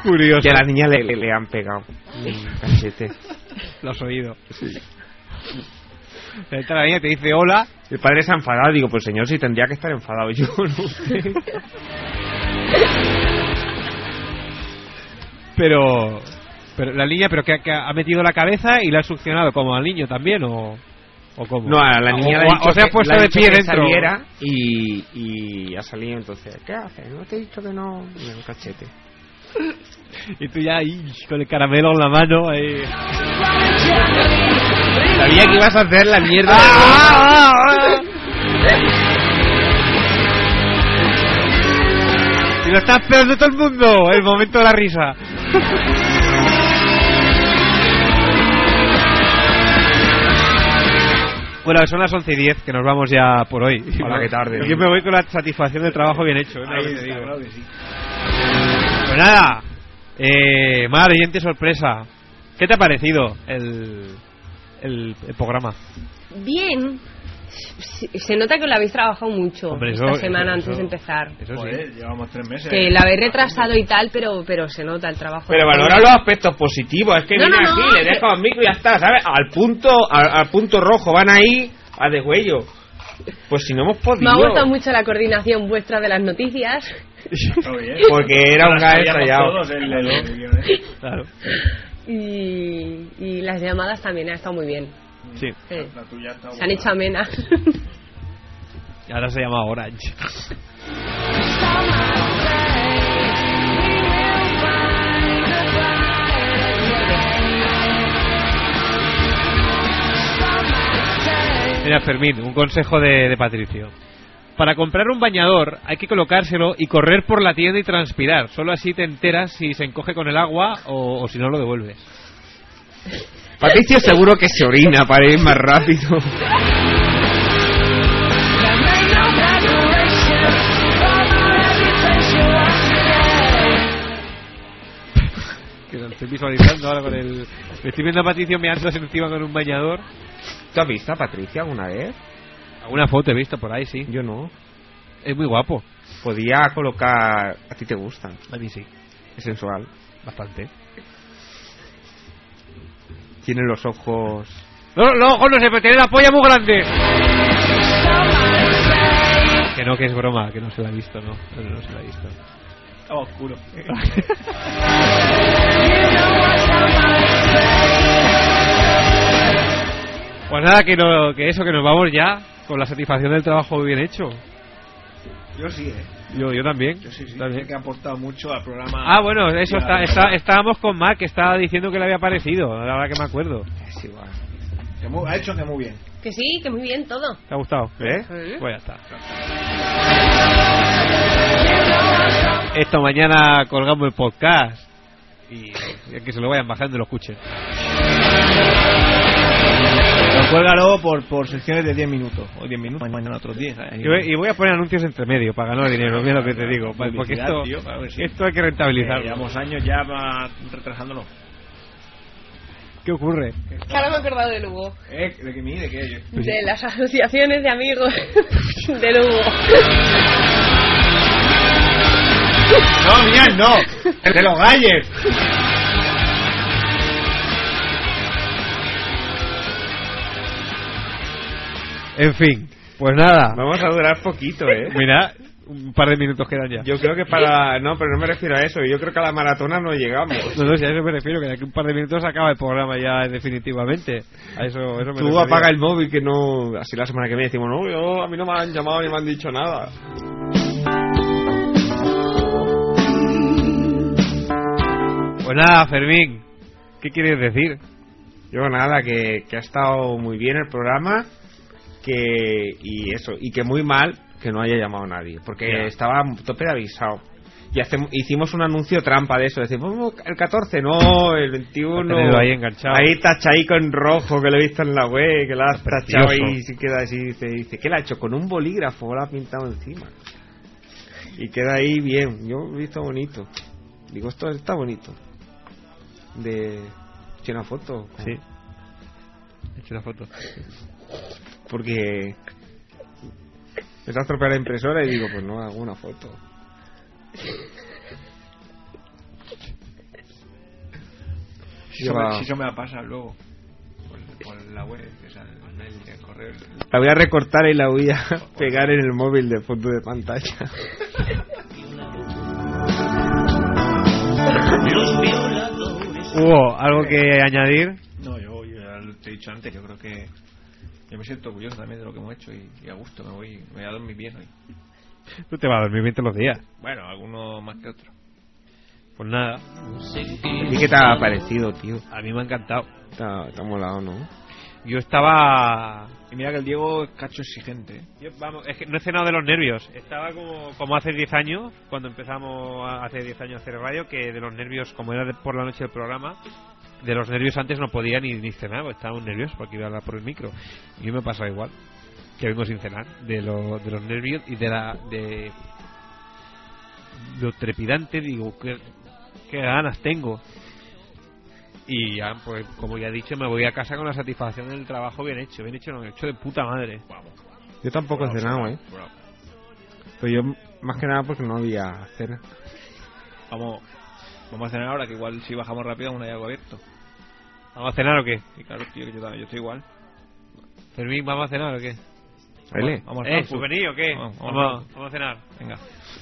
curioso. Mm. Y a la niña le, le- le han pegado. un cachete. Lo has oído. Te entra la niña y te dice hola. El padre se ha enfadado. Digo, pues señor, si tendría que estar enfadado yo, no sé. Pero... pero la niña, ¿pero que, ha- que ha metido la cabeza y la ha succionado como al niño también o...? ¿O cómo? No, a la niña o, le ha o- dicho o se ha que- puesto le ha de dicho pie que dentro. saliera y, y ha salido entonces. ¿Qué haces? No te he dicho que no. Y un cachete. Y tú ya ahí, con el caramelo en la mano. ahí. Sabía que ibas a hacer la mierda. ah, Y lo está esperando todo el mundo, el momento de la risa. Bueno, son las 11 y 10, que nos vamos ya por hoy. Hola, qué tarde. Yo me voy con la satisfacción del trabajo bien hecho. ¿eh? Ahora que te digo. Claro que sí. Pues nada, eh, más oyente sorpresa. ¿Qué te ha parecido el, el, el programa? Bien. Se- Se nota que lo habéis trabajado mucho Hombre, eso- esta semana eso- antes de eso- empezar. Eso sí. Joder, llevamos tres meses. Que lo habéis retrasado y tal, pero, pero se nota el trabajo. Pero valora los aspectos positivos. Es que Pues, No, viene no, aquí, no, le que- deja un micro y ya está, ¿sabes? Al punto, al, al punto rojo, van ahí a deshuello. Pues si no hemos podido. Me ha gustado mucho la coordinación vuestra de las noticias. Todo bien. Porque era un Ahora gas sabíamos estallado. todos el- el- el- Claro. Y, y las llamadas también han estado muy bien. Sí. Sí. La tuya está Se han hecho amenas. Y ahora se llama Orange. Mira, Fermín, un consejo de, de Patricio. Para comprar un bañador hay que colocárselo y correr por la tienda y transpirar. Solo así te enteras si se encoge con el agua o, o si no lo devuelves. Patricio seguro que se orina para ir más rápido. Que lo estoy visualizando ahora con el... Me estoy viendo a Patricio meándose encima con un bañador. ¿Tú has visto a Patricia alguna vez? Alguna foto he visto por ahí, sí. Yo no. Es muy guapo. Podía colocar. A ti te gusta. A mí sí. Es sensual. Bastante. Tiene los ojos. No, no, ojo, no sé, pero tiene la polla muy grande. Que no, que es broma, que no se la ha visto, no. No, no se la ha visto. Estaba oscuro. Pues nada, que, no, que eso, que nos vamos ya con la satisfacción del trabajo bien hecho. Yo sí, ¿eh? Yo, yo también. Yo sí, sí. también. Sé que ha aportado mucho al programa. Ah, bueno, eso Y a está, la- está- estábamos con Mac, que estaba diciendo que le había parecido, ahora que me acuerdo. Es igual. que muy- ha hecho que muy bien. Que sí, que muy bien todo. ¿Te ha gustado? ¿Eh? Sí. Pues ya está. Esta mañana colgamos el podcast y y que se lo vayan bajando y lo escuchen. Pero cuélgalo por, por secciones de 10 minutos. O 10 minutos, mañana otros Eh, 10. Y voy- Y voy a poner anuncios entre medio para ganar dinero, mira lo que te digo. pa- Porque Publicidad, esto, tío, claro que sí. esto hay que rentabilizarlo. Llevamos años ya va retrasándolo. ¿Qué ocurre? Que ahora me he acordado de Lugo. ¿Eh? ¿De qué mide? ¿Qué? De las asociaciones de amigos de Lugo. No, mía, no. El de los galles. En fin, pues nada. Vamos a durar poquito, ¿eh? Mira, un par de minutos quedan ya. Yo creo que para. No, pero no me refiero a eso. Yo creo que a la maratona no llegamos. No, no, si a eso me refiero, que de aquí un par de minutos acaba el programa ya definitivamente. A eso, eso me Tú refería. apaga el móvil que no. Así la semana que viene decimos, no, yo- a mí no me han llamado ni me han dicho nada. Pues nada, Fermín, ¿qué quieres decir? Yo nada, que, que ha estado muy bien el programa que y eso, y que muy mal que no haya llamado nadie, porque Ya. estaba a tope de avisado. Y hacem- hicimos un anuncio trampa de eso, decimos, "Oh, el 14, no, el 21. Lo has tenido ahí enganchado. Ahí tachaico en rojo, que lo he visto en la web, que la has tachado precioso. ahí, y se queda así, dice, dice, ¿qué la ha hecho? Con un bolígrafo, la ha pintado encima. Y queda ahí bien, yo lo he visto bonito. Digo, esto está bonito. De... Tiene una foto. con- Sí. He hecho una foto. porque me está estropeando la impresora y digo, pues no hago una foto. Si eso, me, Lleva- si eso me la pasa luego. Por, por la web, o sea, el, mail, el correo. el- La voy a recortar y la voy a pegar en el móvil de fondo de pantalla. Hugo, ¿algo que añadir? No, yo, yo ya lo te he dicho antes, yo creo que. Yo me siento orgulloso también de lo que hemos hecho y, y a gusto me voy, me voy a dormir bien hoy. Tú te vas a dormir bien todos los días. Bueno, alguno más que otro. Pues nada, ¿Y qué te ha parecido, tío? a mí me ha encantado. Te ha, te ha molado, ¿no? Yo estaba... Y mira que el Diego es cacho exigente. ¿eh? yo, vamos, es que no he cenado de los nervios. Estaba como, como hace 10 años, cuando empezamos a- hace 10 años a hacer radio, que de los nervios, como era de- por la noche el programa, de los nervios antes no podía ni, ni cenar, porque estaba muy nervioso porque iba a hablar por el micro. Y me pasa igual, que vengo sin cenar, de, lo- de los nervios y de la... De, lo trepidante, digo, qué, qué ganas tengo. Y ya, pues, como ya he dicho, me voy a casa con la satisfacción del trabajo bien hecho. Bien hecho, no, hecho de puta madre. Yo tampoco he cenado, ¿eh? Bravo. Pero yo, más que nada, porque no había cena. Vamos, vamos a cenar ahora, que igual si bajamos rápido aún hay algo abierto. ¿Vamos a cenar o qué? Y claro, tío, que yo, también- yo estoy igual. Fermín, ¿vamos a cenar o qué? ¿Vale? Vamos ¿Eh, al fast food. souvenir o qué? Vamos, Vamos, vamos al vamos a cenar. Venga.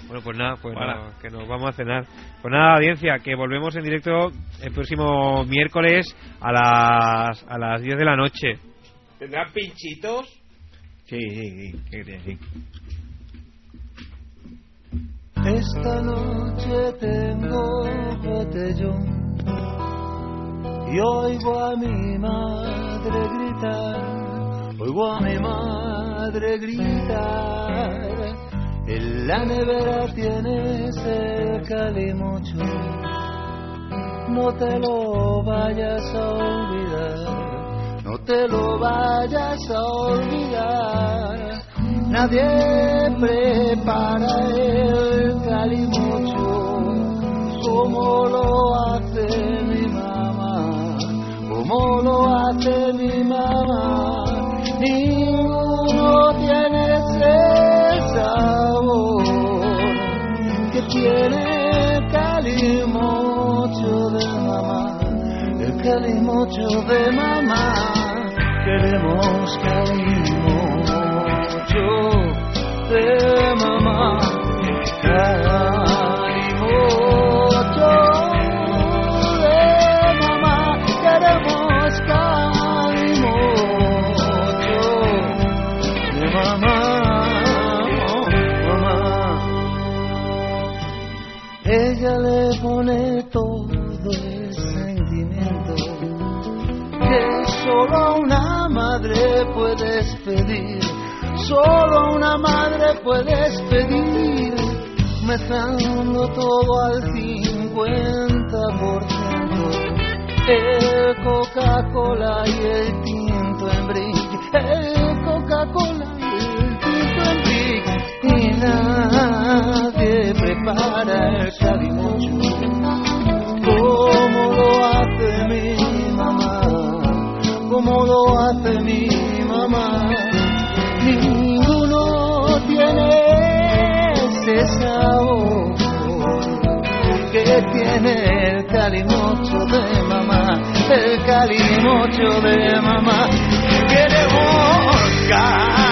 Bueno, pues nada, pues Para. nada, que nos vamos a cenar. Pues nada, audiencia, que volvemos en directo el próximo miércoles a las, a las 10 de la noche. ¿Tendrás pinchitos? Sí, sí, sí. ¿Qué tienes? Sí. Esta noche tengo botellón y oigo a mi madre gritar, oigo a mi madre gritar. En la nevera tienes el calimocho, no te lo vayas a olvidar, no te lo vayas a olvidar. Nadie prepara el calimocho como lo hace mi mamá, como lo hace mi mamá. Ninguno tiene ese sabor que tiene el calimocho de mamá, el Queremos mucho de mamá, queremos cariño mucho de mamá, queremos mucho de mamá, queremos cariño mucho de mamá, mamá. Ella le pone todo el sentimiento que solo una madre puedes pedir, solo una madre puedes pedir, mezclando todo al 50%, el Coca-Cola y el tinto en brick, el Coca-Cola y el tinto en brick, y nadie prepara el calimocho como lo hace mi mamá, como lo hace mi mamá. Ninguno tiene ese sabor que tiene el calimocho de mamá, el calimocho de mamá. Queremos buscar.